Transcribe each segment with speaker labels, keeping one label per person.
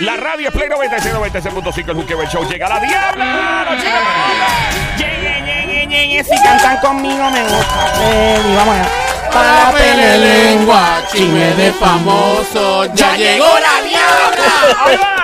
Speaker 1: La radio Play 96, 96.5, el Juqueo, el show. Llega la diabla. La noche de mañana. Ye, ye, ye, ye, ye, Si cantan conmigo, me gusta. Eh, y vamos allá.
Speaker 2: Papel de lengua, chisme de famoso, ya llegó la diabla.
Speaker 1: Ahí va.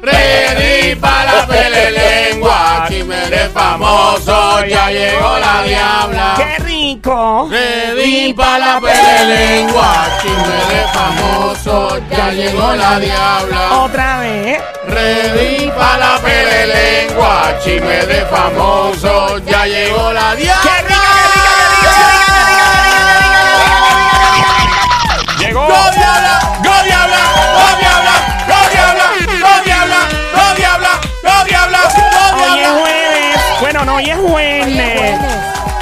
Speaker 2: Ready para la pele lengua, chisme de famoso, ya llegó la diabla.
Speaker 3: ¡Qué rico!
Speaker 2: Ready para la pele lengua, chisme de famoso, ya llegó la diabla.
Speaker 3: Otra vez.
Speaker 2: Ready para la pele lengua, chisme de famoso, ya llegó la diabla.
Speaker 1: ¡Qué rica, qué rica, qué rica, qué rica, qué rica, qué rica, qué rica, qué rica, qué rica! Llegó.
Speaker 2: ¡Gol Diabla! ¡Gol Diabla! ¡Gol Diabla! ¡Gol Diabla! ¡Gol Diabla! ¡Gol Diabla! ¡Gol Diabla! ¡Gol
Speaker 3: Hoy es
Speaker 2: Diabla!
Speaker 3: jueves. Bueno, no, hoy es jueves.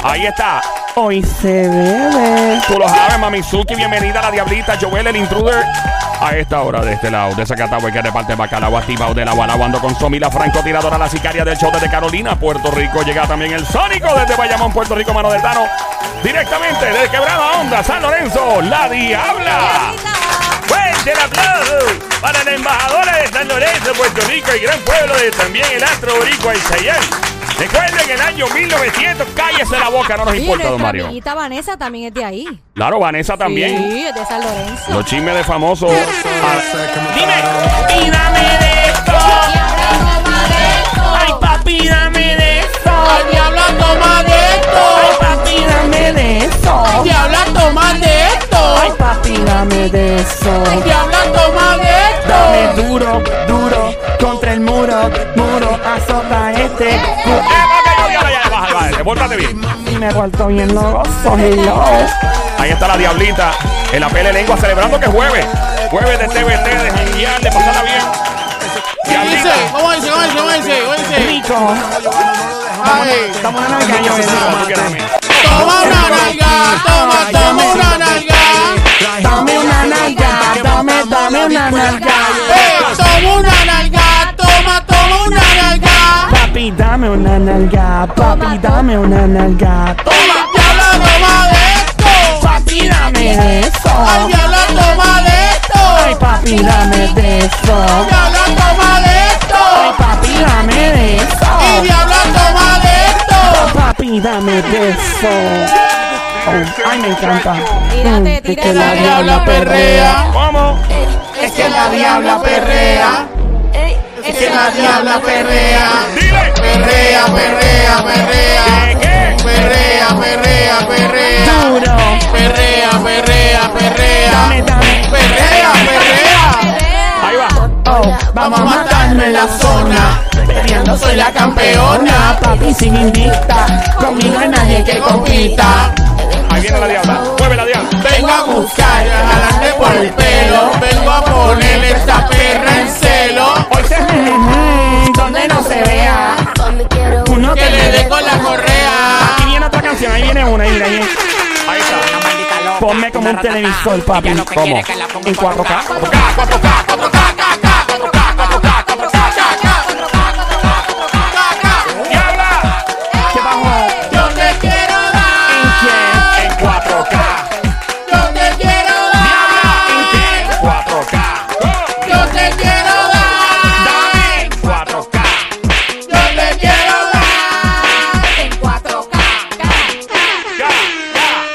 Speaker 1: Ahí está.
Speaker 3: Hoy se bebe.
Speaker 1: Tú lo sabes, Mamizuki. Bienvenida a la Diablita, Joel, el intruder. A esta hora de este lado, de Zacatau, el que reparte bacalao, activado de la guanabando con Somi, la francotiradora, la sicaria del show desde Carolina, Puerto Rico. Llega también el Sónico desde Bayamón, Puerto Rico, mano del Tano. Directamente desde Quebrada Onda, San Lorenzo, la Diabla. Fuerte el aplauso para la embajadora de San Lorenzo, Puerto Rico, el gran pueblo de también el astro boricua, el Sayán. Recuerden el año 1900, cállese la boca, no nos
Speaker 4: Y
Speaker 1: importa,
Speaker 4: nuestra
Speaker 1: don Mario.
Speaker 4: amiguita Vanessa también es de ahí.
Speaker 1: Claro, Vanessa también.
Speaker 4: Sí, es de San Lorenzo.
Speaker 1: Los chismes de famosos. Ah,
Speaker 3: Dime, pídame de esto. Ay, papi, dame de esto.
Speaker 2: ¡Ay, Diabla, toma de
Speaker 3: Ay,
Speaker 2: esto!
Speaker 3: papi, dame de
Speaker 2: ¡Ay,
Speaker 3: eso.
Speaker 2: Diabla, toma de
Speaker 3: Ay,
Speaker 2: esto!
Speaker 3: papi, dame de eso.
Speaker 2: ¡Ay, Diabla, toma de
Speaker 3: Dame
Speaker 2: esto!
Speaker 3: duro, duro, contra el muro, muro, azota este.
Speaker 1: eh, ok, no, diabla, ya, baja, baja, ah, pórtate bien.
Speaker 3: Y me vuelto bien loco, hello.
Speaker 1: Ahí está la diablita en la pele lengua celebrando que es jueves. Jueves de TVT, de janguear, de pasarla bien.
Speaker 2: ¿Qué dice?
Speaker 1: Diablita.
Speaker 2: ¿Cómo dice? ¿Cómo dice? ¿Cómo dice? ¿Cómo dice?
Speaker 3: Rico.
Speaker 2: ¡Ay!
Speaker 3: Estamos en la Navidad, yo
Speaker 1: Como tú
Speaker 3: vengo.
Speaker 1: quieras, mira.
Speaker 2: ¡Toma una nalga! ¡Toma, toma una nalga!
Speaker 3: Dame una nalga, dame, dame una nalga.
Speaker 2: ¡Eh! ¡Toma una nalga! ¡Toma, toma una nalga!
Speaker 3: Papi, dame una nalga, papi, dame una nalga.
Speaker 2: ¡Toma, diabla, toma de esto!
Speaker 3: Papi, dame de eso.
Speaker 2: ¡Ay, diabla, toma de
Speaker 3: Ay,
Speaker 2: esto!
Speaker 3: papi, dame de eso.
Speaker 2: ¡Diabla, toma de
Speaker 3: Ay,
Speaker 2: esto!
Speaker 3: papi, dame de
Speaker 2: ¡Y
Speaker 3: eso.
Speaker 2: diabla, toma de esto!
Speaker 3: Papi, dame de eso. Oh, ay, me encanta.
Speaker 4: Tírate,
Speaker 3: Mm, es que
Speaker 4: tírate.
Speaker 3: la diabla perrea.
Speaker 1: ¿Cómo?
Speaker 2: Es que la diabla perrea. Es que la diabla perrea.
Speaker 1: Dile.
Speaker 2: Perrea, perrea,
Speaker 1: ¿Qué,
Speaker 2: perrea.
Speaker 1: qué?
Speaker 2: Perrea, perrea, perrea.
Speaker 3: Duro.
Speaker 2: Perrea, perrea,
Speaker 3: Dame,
Speaker 2: perrea.
Speaker 3: dame.
Speaker 2: Perrea, perrea.
Speaker 1: Ahí va.
Speaker 3: Oh,
Speaker 2: Vamos a matarme en la zona. Perreando soy la campeona.
Speaker 3: Papi, sin invita.
Speaker 2: Conmigo hay nadie que compita.
Speaker 1: Ahí viene la diabla. Mueve la diabla.
Speaker 2: Vengo a buscar, a jalarme por el pelo. Vengo a poner esta perra en celo.
Speaker 3: Hoy se me donde no se vea. Uno
Speaker 2: Que le dé
Speaker 3: dé
Speaker 2: con la correa.
Speaker 3: Ahí viene otra canción, ahí viene una, mira, ahí.
Speaker 1: Ahí está.
Speaker 3: Ponme como un televisor, papi.
Speaker 1: ¿Cómo?
Speaker 3: En 4K.
Speaker 2: 4K, 4K, 4K, 4K, 4K, 4K.
Speaker 1: ¡Diabla!
Speaker 3: ¿Qué bajó?
Speaker 2: Yo te quiero
Speaker 3: ¿En
Speaker 2: dar,
Speaker 3: qué?
Speaker 1: En 4K.
Speaker 2: yo te quiero dar,
Speaker 1: 4K.
Speaker 2: yo te quiero dar,
Speaker 1: En 4K.
Speaker 2: yo te quiero dar.
Speaker 1: ¡Ga,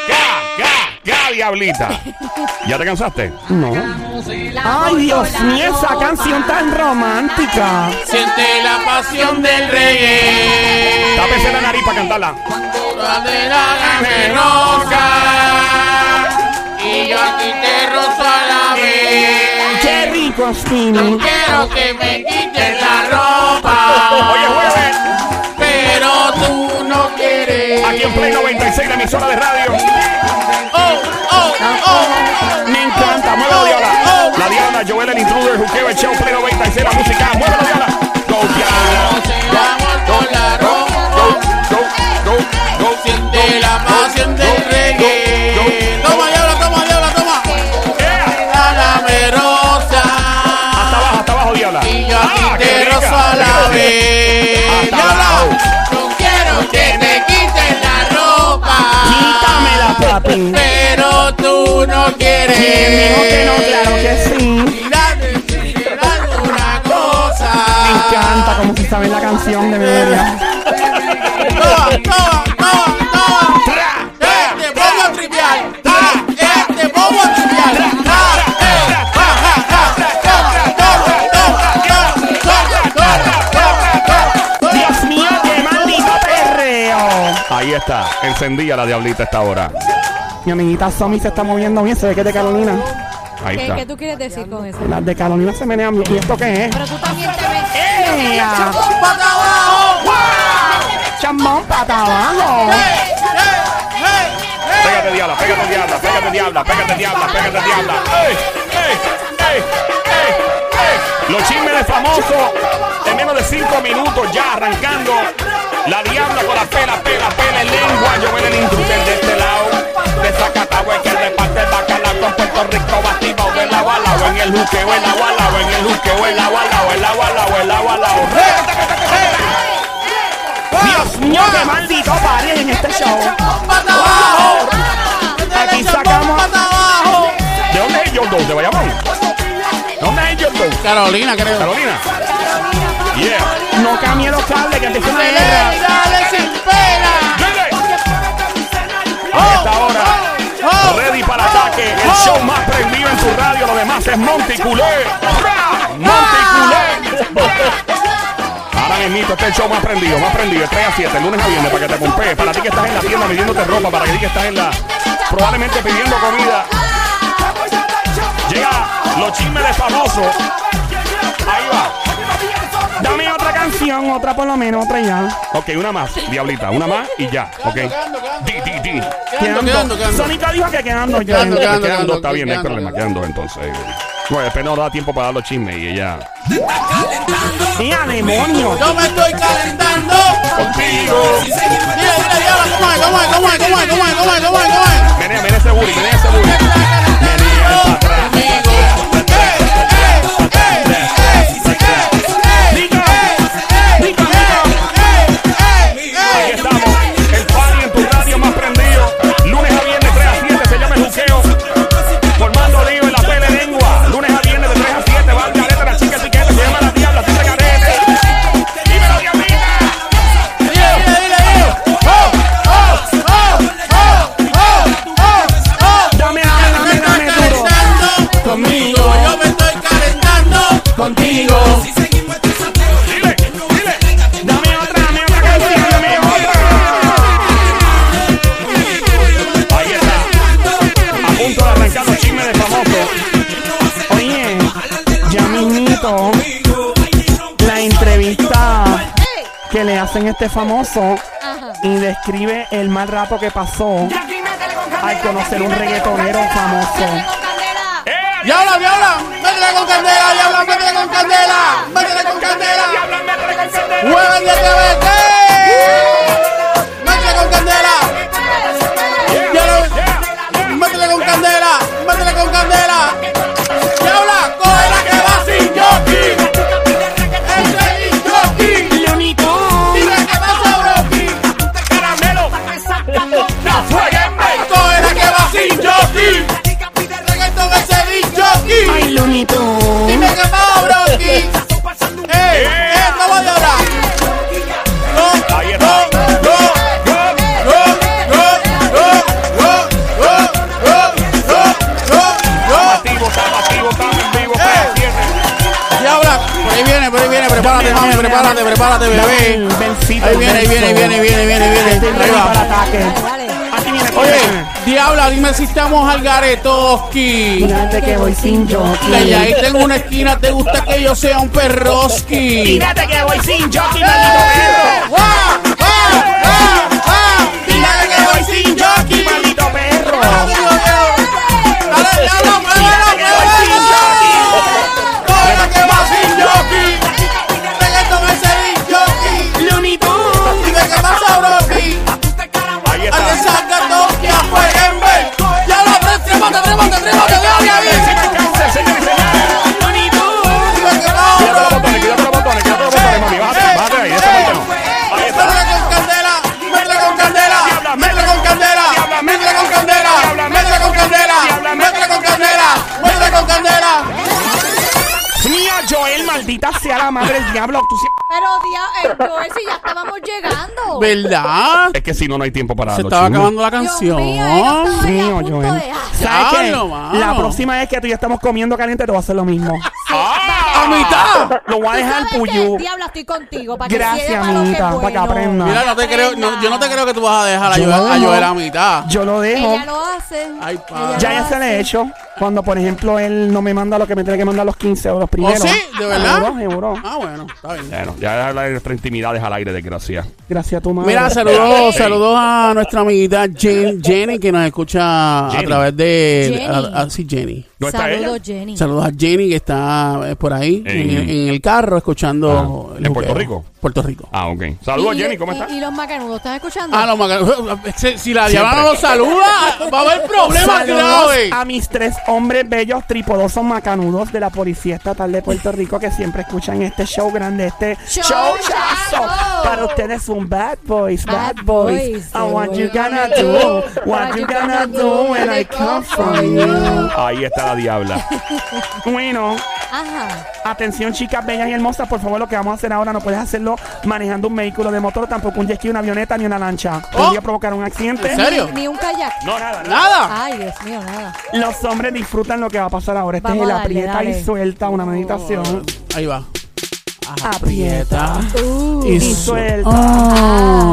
Speaker 1: ga, ga, ga, ga, diablita! ¿Ya te cansaste?
Speaker 3: Ay, Dios mío, esa canción tan romántica.
Speaker 2: Siente la pasión del reggae.
Speaker 1: Tápese la nariz para cantarla.
Speaker 2: de la venenosa y yo aquí te rozo a la vez.
Speaker 3: Qué rico, Spinny.
Speaker 2: Quiero que me quites la
Speaker 3: Ah.
Speaker 2: ropa,
Speaker 1: Oye, jueves,
Speaker 2: pero tú no quieres.
Speaker 1: aquí en Play 96, la emisora de radio.
Speaker 2: Oh, oh, oh.
Speaker 3: Me encanta,
Speaker 1: Mueve la diabla. La diabla, Joel, el intruder, Juqueo, el show, Play 96, la música. Mueve la diabla. Go, diabla.
Speaker 2: Vamos con la ropa,
Speaker 1: Go, go, go.
Speaker 2: siente la pasión del reggae. Toma, diabla, toma, diabla, toma.
Speaker 1: Yeah.
Speaker 2: La lamerosa.
Speaker 1: Hasta abajo, hasta abajo, diabla.
Speaker 2: Y yo aquí
Speaker 1: Ah, qué
Speaker 2: te
Speaker 1: rica.
Speaker 2: rozo a la vez.
Speaker 1: Hasta
Speaker 2: Diabla,
Speaker 1: abajo.
Speaker 2: no quiero que me quiten la ropa.
Speaker 3: Quítamela, papi.
Speaker 2: Pero tú no quieres.
Speaker 3: Bien, dijo que no, claro que sí.
Speaker 2: Tirar- tirar una
Speaker 3: saber la canción de memoria.
Speaker 2: Toa, toa, toa, toa. Este bobo trivial. Ta, este bobo trivial. Ta, eh, ja, ja, ja. Toa, toa, toa, toa, toa, toa, toa, toa, toa.
Speaker 3: Dios mío, qué maldito perreo.
Speaker 1: Ahí está, encendía la diablita a esta hora.
Speaker 3: Mi amiguita Somi se está moviendo bien, se ve que es de Carolina.
Speaker 1: Ahí
Speaker 4: ¿Qué,
Speaker 1: está.
Speaker 4: ¿Qué tú quieres decir con eso?
Speaker 3: Las de Carolina se menean bien. ¿Y esto qué es?
Speaker 4: Pero tú también te ves.
Speaker 3: ¡Ea!
Speaker 2: Pata abajo.
Speaker 3: ¡Chambón pata abajo!
Speaker 2: Hey, hey, hey, hey.
Speaker 1: Pégate diabla, pégate diabla, pégate diabla, pégate diabla, pégate diabla. ¡Ey! ¡Ey! ¡Ey! ¡Ey! ¡Ey! Los chismes de famoso en menos de 5 minutos ya arrancando. La diabla con la pela, pela, pela en lengua. Yo en el intruder de este lado. De Zacatagüe que reparte el bacalao con Puerto Rico batibao de la bala o en el juqueo, en la bala o en el juqueo, en la bala o en la bala o en la bala.
Speaker 3: ¡Dios mío, qué maldito pariente en este show!
Speaker 2: Pata abajo.
Speaker 3: Aquí sacamos...
Speaker 2: Pata abajo.
Speaker 1: ¿De dónde es John Doe? ¿De Bayamón? ¿De ¿Dónde es John Doe?
Speaker 2: Carolina, creo.
Speaker 1: Carolina. Yeah.
Speaker 3: No cambie los cables, que empieza una guerra.
Speaker 2: Dale, dale sin pena.
Speaker 1: Dale. A esta hora,
Speaker 2: Oh.
Speaker 1: ready para ataque, el show más prendido en tu radio, lo demás es Monticulé. ¡Ra! ¡Monticulé! Ahora mismito, este es el show más prendido, más prendido, de 3 a 7, lunes a viernes, para que te pompees, para ti que estás en la tienda midiéndote ropa, para ti que estás en la, probablemente pidiendo comida. Llega los chismes de famoso. Ahí va.
Speaker 3: Dame otra canción, otra por lo menos, otra ya.
Speaker 1: Ok, una más, diablita, una más y ya, ok. Di, di, di.
Speaker 2: Quedando, quedando, quedando.
Speaker 3: Sónica dijo que quedando yo.
Speaker 2: Quedando,
Speaker 1: Pues
Speaker 2: quedando,
Speaker 1: quedan dos, está
Speaker 2: quedando,
Speaker 1: bien, no hay
Speaker 2: quedando,
Speaker 1: problema,
Speaker 2: quedando.
Speaker 1: quedan dos entonces. Bueno, después no da tiempo para dar los chismes y ella.
Speaker 3: ¡Ea, demonio!
Speaker 2: Yo me estoy calentando.
Speaker 1: Contigo.
Speaker 2: Mira, mira, diabla, ¿cómo es? ¿Cómo es? ¿Cómo es? ¿Cómo es? ¿Cómo es? ¿Cómo es? ¿Cómo es? ¿Cómo es?
Speaker 1: Menea, menea ese booty, menea ese booty. Aquí estamos, el party en tu radio más prendido. Lunes a viernes, 3 a 7, se llama el juqueo. Formando lío en la pele lengua. Lunes a viernes, de 3 a 7, va al carete, la chica chiqueta, se llama la diabla, tiene carete. Dímelo, diablita.
Speaker 3: Dame, dame, dame, dame duro.
Speaker 2: Conmigo, yo me estoy calentando contigo.
Speaker 1: Dile, dile.
Speaker 3: Dame otra, dame otra canción, dame otra.
Speaker 1: Ahí está. A punto de arrancar los chismes de famoso.
Speaker 3: Oye, ya mismito, la entrevista
Speaker 4: Ey,
Speaker 3: que le hacen a este famoso
Speaker 4: Ajá.
Speaker 3: y describe el mal rato que pasó al conocer un reggaetonero famoso.
Speaker 4: Con candela.
Speaker 1: ¡Eh!
Speaker 2: Diabla, diabla, métele con candela, diabla, métele con candela, métele con candela.
Speaker 1: ¡Diabla, métele con candela!
Speaker 2: ¡Mueven de TVT! ¡Métele con candela! ¡Diabla! ¡Métele con candela! ¡Métele con candela! ¡Diabla! ¡Coge la que va sin jockey! ¡Ese es el jockey! ¡Dile que va sobre
Speaker 1: caramelo. La fuega en México.
Speaker 2: ¡Coge la que va sin jockey! ¡Reggaeton es el jockey!
Speaker 3: Ay, Lunito.
Speaker 2: ¡Dile que va sobre ¡Ey! ¡Eh! ¡Estamos de ahora! ¡No!
Speaker 1: Ahí está.
Speaker 2: ¡No! ¡No!
Speaker 1: Activo, estamos activo, estamos en vivo. tres a siete.
Speaker 2: Diabla, por ahí viene, por ahí viene, prepárate, mami, prepárate, prepárate, bebé.
Speaker 3: Bencito,
Speaker 2: Ahí viene, ahí viene, ahí viene, ahí viene, viene,
Speaker 3: Estoy
Speaker 2: viene.
Speaker 3: ready
Speaker 2: Ahí
Speaker 3: para
Speaker 2: va.
Speaker 3: ataque.
Speaker 4: Dale, dale.
Speaker 3: Aquí viene, aquí
Speaker 2: Oye,
Speaker 3: viene.
Speaker 2: Diabla, dime si estamos al garetoski.
Speaker 3: Fíjate que voy sin
Speaker 2: Que ahí
Speaker 3: jockey.
Speaker 2: tengo una esquina, te gusta que yo sea un perroski.
Speaker 3: Fíjate que voy sin jockey,
Speaker 2: ¡Eh!
Speaker 3: maldito perro.
Speaker 2: ¡Ah! ¡Ah! ¡Ah! ¡Ah! Fíjate que voy sin jockey,
Speaker 3: Maldito perro.
Speaker 2: Dale, diablo, muévelo,
Speaker 3: Mira que voy sin
Speaker 2: muévelo.
Speaker 3: jockey.
Speaker 2: Coge la que va sin jockey. Reggaeton es el jockey.
Speaker 3: Lunito.
Speaker 2: Dime que va sabrosi.
Speaker 1: Ahí
Speaker 2: Al que
Speaker 1: está.
Speaker 2: salga Toki, a fuego en vez. Ya lo tres, trépate, trépate, trépate, dale ahí. Dime que va
Speaker 1: Quítate los
Speaker 2: sabrosi.
Speaker 1: botones, quítate los botones, quítate los botones, mami. Bájate, bájate ahí, esa parte no. Ahí está.
Speaker 3: Maldita sea la madre del diablo. Tú siempre-
Speaker 4: Pero dia- eh, Joel, si ya estábamos llegando.
Speaker 5: ¿Verdad?
Speaker 1: Es que si no, no hay tiempo para
Speaker 5: Se
Speaker 1: darlo,
Speaker 5: estaba
Speaker 1: chulo.
Speaker 5: acabando la
Speaker 4: Dios
Speaker 5: canción.
Speaker 4: mío, yo estaba ahí a
Speaker 3: Mío,
Speaker 4: punto
Speaker 3: Joel.
Speaker 4: de- Ah,
Speaker 3: ¿Sabes qué?
Speaker 5: Diablo, mano.
Speaker 3: La próxima vez que tú y yo estamos comiendo caliente, te voy a hacer lo mismo.
Speaker 1: ¡Ah!
Speaker 5: ¡A mitad!
Speaker 3: Lo voy a dejar
Speaker 4: ¿Sabes
Speaker 3: puyú.
Speaker 4: qué? Diablo, estoy contigo. Para
Speaker 3: Gracias,
Speaker 4: que sirva para lo que
Speaker 3: amiguita,
Speaker 4: es
Speaker 3: para que
Speaker 4: bueno.
Speaker 3: aprenda.
Speaker 5: Mira, no te creo, no, yo no te creo que tú vas a dejar a
Speaker 3: Yo
Speaker 5: Joel, a
Speaker 3: no.
Speaker 5: Joel a mitad.
Speaker 3: Yo lo dejo.
Speaker 4: Ella lo hace.
Speaker 5: Ay,
Speaker 4: Ella
Speaker 5: padre.
Speaker 4: lo
Speaker 3: Ya ya se le he
Speaker 4: hace.
Speaker 3: hecho. Cuando, por ejemplo, él no me manda lo que me tiene que mandar los 15 o los primeros.
Speaker 5: Oh, sí? ¿De verdad?
Speaker 3: Seguro, seguro.
Speaker 5: Ah, bueno, está bien.
Speaker 1: Bueno, ya deja hablar de nuestras intimidades al aire, desgracia.
Speaker 3: Gracias a tu madre.
Speaker 5: Mira, saludos, saludos a nuestra amiguita Jen- Jenny que nos escucha
Speaker 1: Jenny.
Speaker 5: a través de
Speaker 4: Jenny.
Speaker 5: a- a- sí, Jenny.
Speaker 1: ¿No está
Speaker 4: Saludos,
Speaker 1: ella?
Speaker 4: Jenny.
Speaker 5: Saludos a Jenny que está eh, por ahí
Speaker 1: En-
Speaker 5: en, en el carro escuchando
Speaker 1: Ah,
Speaker 5: el
Speaker 1: ¿en Puerto
Speaker 5: juqueo.
Speaker 1: Rico?
Speaker 5: Puerto Rico.
Speaker 1: Ah, ok. Saludos,
Speaker 4: Y-
Speaker 1: Jenny, ¿cómo
Speaker 4: y-
Speaker 1: estás?
Speaker 4: Y los macanudos, ¿estás escuchando?
Speaker 5: Ah, no, Maca- si- si la diabla no
Speaker 1: Siempre.
Speaker 5: lo saluda, va a haber problemas
Speaker 3: Saludos
Speaker 5: graves.
Speaker 3: a mis tres hombres bellos, tripodosos, macanudos de la Policía Estatal de Puerto Rico que siempre escuchan este show grande, este
Speaker 4: Show
Speaker 3: show
Speaker 4: chazo.
Speaker 3: Para ustedes un bad boys, bad,
Speaker 4: Bad
Speaker 3: boys.
Speaker 4: boys,
Speaker 3: Oh, what you gonna
Speaker 4: yeah.
Speaker 3: do, what you gonna do when I come for you.
Speaker 1: Ahí está la diabla.
Speaker 3: Bueno,
Speaker 4: Ajá.
Speaker 3: atención chicas bellas y hermosas, por favor lo que vamos a hacer ahora no puedes hacerlo manejando un vehículo de motor, tampoco un jet ski, una avioneta ni una lancha. Podría provocar un accidente.
Speaker 5: Oh. ¿En serio?
Speaker 4: Ni un kayak.
Speaker 1: No, nada, nada.
Speaker 5: Nada.
Speaker 4: Ay, Dios mío, nada.
Speaker 3: Los hombres disfrutan lo que va a pasar ahora. Este
Speaker 4: Vamos
Speaker 3: es el
Speaker 4: a darle,
Speaker 3: aprieta y
Speaker 4: dale.
Speaker 3: suelta,
Speaker 5: Oh.
Speaker 3: una meditación.
Speaker 5: Ahí va.
Speaker 3: Ah. Aprieta.
Speaker 4: Uh,
Speaker 5: Y
Speaker 3: Y
Speaker 5: su-
Speaker 3: suelta.
Speaker 4: Oh.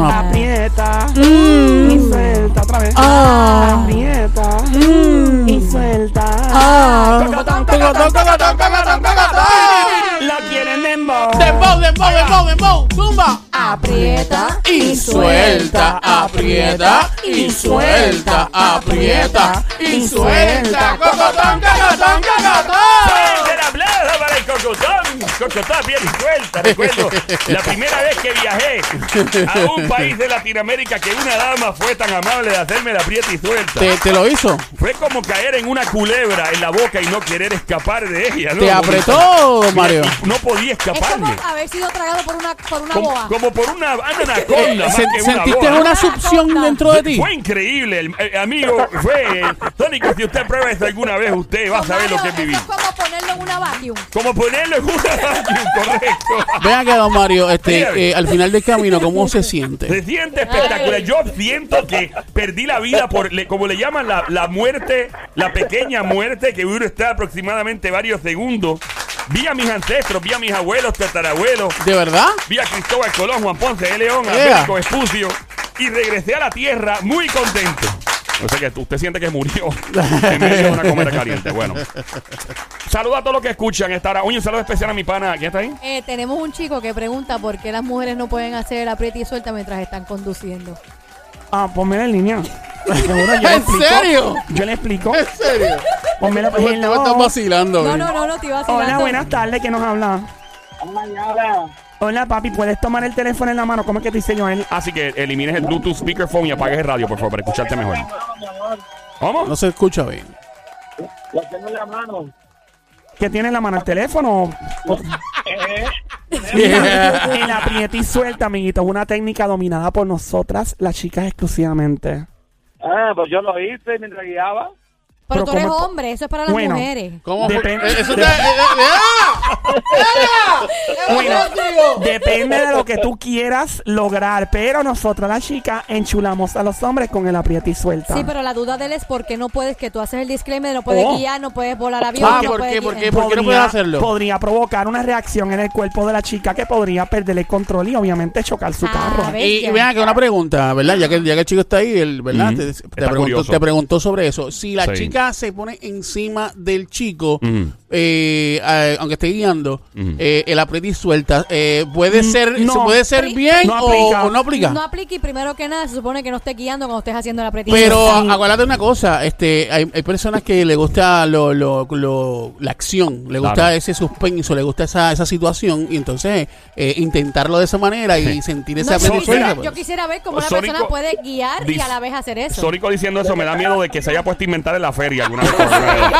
Speaker 5: Ah,
Speaker 3: Aprieta.
Speaker 4: Mm.
Speaker 3: Y suelta otra vez.
Speaker 4: Oh.
Speaker 5: ah,
Speaker 3: Aprieta.
Speaker 4: Mm.
Speaker 3: Y suelta.
Speaker 5: ah.
Speaker 3: Tocotón,
Speaker 5: Tocotón, tocotón, tocotón,
Speaker 4: Oh.
Speaker 5: tocotón.
Speaker 3: Lo quieren dembow.
Speaker 5: Dembow, dembow, dembow, dembow. Zumba.
Speaker 4: aprieta
Speaker 5: Y suelta, aprieta, y suelta, aprieta, y suelta. Cocotón, cocotón, cocotón.
Speaker 1: ¡Fuerte el aplauso para el Cocotón! Cocotón bien suelta, recuerdo la primera vez que viajé a un país de Latinoamérica que una dama fue tan amable de hacerme la prieta y suelta.
Speaker 5: ¿Te, te lo hizo?
Speaker 1: Fue como caer en una culebra en la boca y no querer escapar de ella. ¿no?
Speaker 5: ¿Te apretó, Mario?
Speaker 1: No podía
Speaker 4: Es como
Speaker 1: escaparme.
Speaker 4: haber sido tragado por una, por una
Speaker 1: Como,
Speaker 4: boa.
Speaker 1: como por una
Speaker 5: Eh,
Speaker 1: anaconda más
Speaker 5: se-
Speaker 1: que una
Speaker 5: ¿Sentiste
Speaker 1: boa.
Speaker 5: una succión dentro de ti?
Speaker 1: Fue increíble, el- eh, amigo. Fue. Sónico, si usted prueba esto alguna vez, usted va a saber lo que es
Speaker 4: Mario,
Speaker 1: vivir.
Speaker 4: eso es como ponerlo en una vacuum.
Speaker 1: Como ponerlo en una vacuum, correcto.
Speaker 5: Vean que don Mario, este,
Speaker 1: Dígame.
Speaker 5: eh, al final del camino, ¿cómo se siente?
Speaker 1: Se siente espectacular. Yo siento que perdí la vida por, le- como le llaman, la, la muerte, la pequeña muerte que uno está aproximadamente varios segundos. Vi a mis ancestros, vi a mis abuelos, tatarabuelos,
Speaker 5: ¿De verdad?
Speaker 1: vi a Cristóbal Colón, Juan Ponce de León,
Speaker 5: Yeah.
Speaker 1: Américo Vespucio y regresé a la tierra muy contento. O sea que usted siente que murió en medio de una comida caliente. Bueno, saludo a todos los que escuchan. Esta hora. Oye, un saludo especial a mi pana. ¿Quién está ahí?
Speaker 4: Eh, tenemos un chico que pregunta por qué las mujeres no pueden hacer el aprieta y suelta mientras están conduciendo.
Speaker 3: Ah, ponme en línea. Seguro, yo le
Speaker 5: ¿En
Speaker 3: explico.
Speaker 5: serio?
Speaker 3: Yo le explico.
Speaker 5: ¿En serio?
Speaker 3: Ponme la
Speaker 5: Tú me- tú me estás vacilando.
Speaker 4: No,
Speaker 5: güey.
Speaker 4: no, no, no, te iba a decir.
Speaker 3: Hola,
Speaker 4: Ando.
Speaker 3: buenas tardes. ¿Quién nos habla? Hola, papi. ¿Puedes tomar el teléfono en la mano? ¿Cómo es que te dice Joel?
Speaker 1: Así Ah, que elimines el Bluetooth speakerphone y apagues el radio, por favor, para escucharte mejor. ¿Cómo?
Speaker 5: No se escucha bien.
Speaker 2: Lo tengo en la mano.
Speaker 3: ¿Qué tiene en la mano? ¿El teléfono? El aprieta y suelta, amiguito, es una técnica dominada por nosotras, las chicas exclusivamente.
Speaker 6: Eh,
Speaker 2: Ah, pues yo lo hice mientras guiaba.
Speaker 4: Pero,
Speaker 3: Pero
Speaker 4: tú eres
Speaker 3: ¿cómo-
Speaker 4: hombre, eso es para las
Speaker 3: Bueno.
Speaker 4: mujeres.
Speaker 5: ¿Cómo fue?
Speaker 3: Depende-
Speaker 5: Eh, Eso te...
Speaker 3: dep-
Speaker 5: eh, eh, ¡Ah!
Speaker 3: Bueno, depende de lo que tú quieras lograr, pero nosotras, las chicas, enchulamos a los hombres con el aprieta y suelta.
Speaker 4: Sí, pero la duda de él es por qué no puedes, que tú haces el disclaimer, no puedes
Speaker 3: Ah. Oh.
Speaker 4: guiar, no puedes volar avión.
Speaker 5: Ah,
Speaker 4: no
Speaker 5: ¿por
Speaker 4: puedes
Speaker 5: qué?
Speaker 4: guiar.
Speaker 5: ¿Por qué? ¿Por qué no puedes hacerlo?
Speaker 3: podría provocar una reacción en el cuerpo de la chica que podría perder el control y obviamente chocar su
Speaker 4: Ah,
Speaker 3: carro.
Speaker 4: ve.
Speaker 5: Y,
Speaker 4: Ella.
Speaker 5: y vean que una pregunta, ¿verdad? Ya que, ya que el chico está ahí, el, ¿verdad?
Speaker 1: Ujú.
Speaker 5: Te- te,
Speaker 1: Está
Speaker 5: preguntó,
Speaker 1: curioso.
Speaker 5: te preguntó sobre eso. Si la
Speaker 1: Sí.
Speaker 5: chica se pone encima del chico,
Speaker 1: Ujú.
Speaker 5: eh, eh, aunque esté guiando,
Speaker 1: Ujú.
Speaker 5: eh, el aprieta y suelta, eh, ¿puede,
Speaker 3: Mm,
Speaker 5: ser,
Speaker 3: no.
Speaker 5: ¿se puede ser
Speaker 4: Pri-
Speaker 5: bien
Speaker 3: No
Speaker 5: o,
Speaker 3: aplica.
Speaker 5: o no aplica?
Speaker 4: No aplique y primero que nada se supone que no estés guiando cuando estés haciendo el aprieta y
Speaker 5: Pero
Speaker 4: suelta.
Speaker 5: a- acuérdate una cosa, este, hay, hay personas que le gusta lo, lo, lo- la acción, le gusta
Speaker 1: Claro.
Speaker 5: ese suspenso, le gusta esa, esa situación y entonces eh, intentarlo de esa manera y sentir
Speaker 4: No,
Speaker 5: esa
Speaker 4: yo,
Speaker 1: Venezuela,
Speaker 4: quisiera,
Speaker 5: pues.
Speaker 4: yo quisiera ver cómo una
Speaker 1: Sónico
Speaker 4: persona puede guiar y
Speaker 1: dis-
Speaker 4: a la vez hacer eso.
Speaker 1: Sónico diciendo eso me da miedo de que se haya puesto a inventar en la feria alguna vez.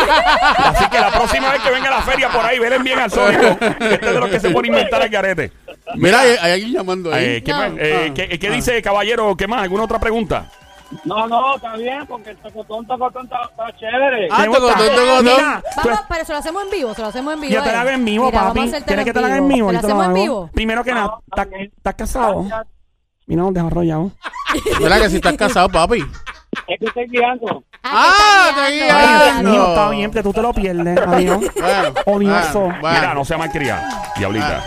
Speaker 1: Así que la próxima vez que venga a la feria por ahí, velen bien al Sónico. Este es de los que se pone a inventar el garete.
Speaker 5: Mira, hay, hay alguien llamando ahí.
Speaker 1: Eh, ¿Qué,
Speaker 4: No.
Speaker 1: más? Eh,
Speaker 5: Ah,
Speaker 1: ¿qué- qué
Speaker 5: ah.
Speaker 1: dice, caballero? ¿Qué más? ¿Alguna otra pregunta?
Speaker 6: No, no, está bien, porque el tocotón, tocotón está, está chévere.
Speaker 2: Ah,
Speaker 3: ¿Te
Speaker 2: tocó,
Speaker 3: gusta?
Speaker 2: tocó, tocó.
Speaker 3: Mira, tú
Speaker 4: Vamos, pero se lo hacemos en vivo, se lo hacemos en vivo.
Speaker 3: Pues,
Speaker 4: eh.
Speaker 3: Yo te la hago en vivo, papi. Tienes que te la haga en vivo. yo
Speaker 4: ¿Te la
Speaker 3: te la
Speaker 4: hacemos en
Speaker 3: hago.
Speaker 4: vivo?
Speaker 3: Primero que nada,
Speaker 6: está
Speaker 3: ¿estás
Speaker 6: bien.
Speaker 3: estás casado?
Speaker 6: Gracias.
Speaker 3: Mira, nos dejó arrollado.
Speaker 2: ¿Verdad que si estás casado, papi?
Speaker 6: Es que estoy guiando.
Speaker 2: Ah, te guía.
Speaker 3: Ay,
Speaker 2: Ah,
Speaker 3: Dios mío,
Speaker 2: no.
Speaker 3: está bien, pero tú te lo pierdes. Adiós.
Speaker 2: Bueno,
Speaker 3: Odioso.
Speaker 2: bueno, bueno.
Speaker 1: Mira, no sea malcriada, diablita.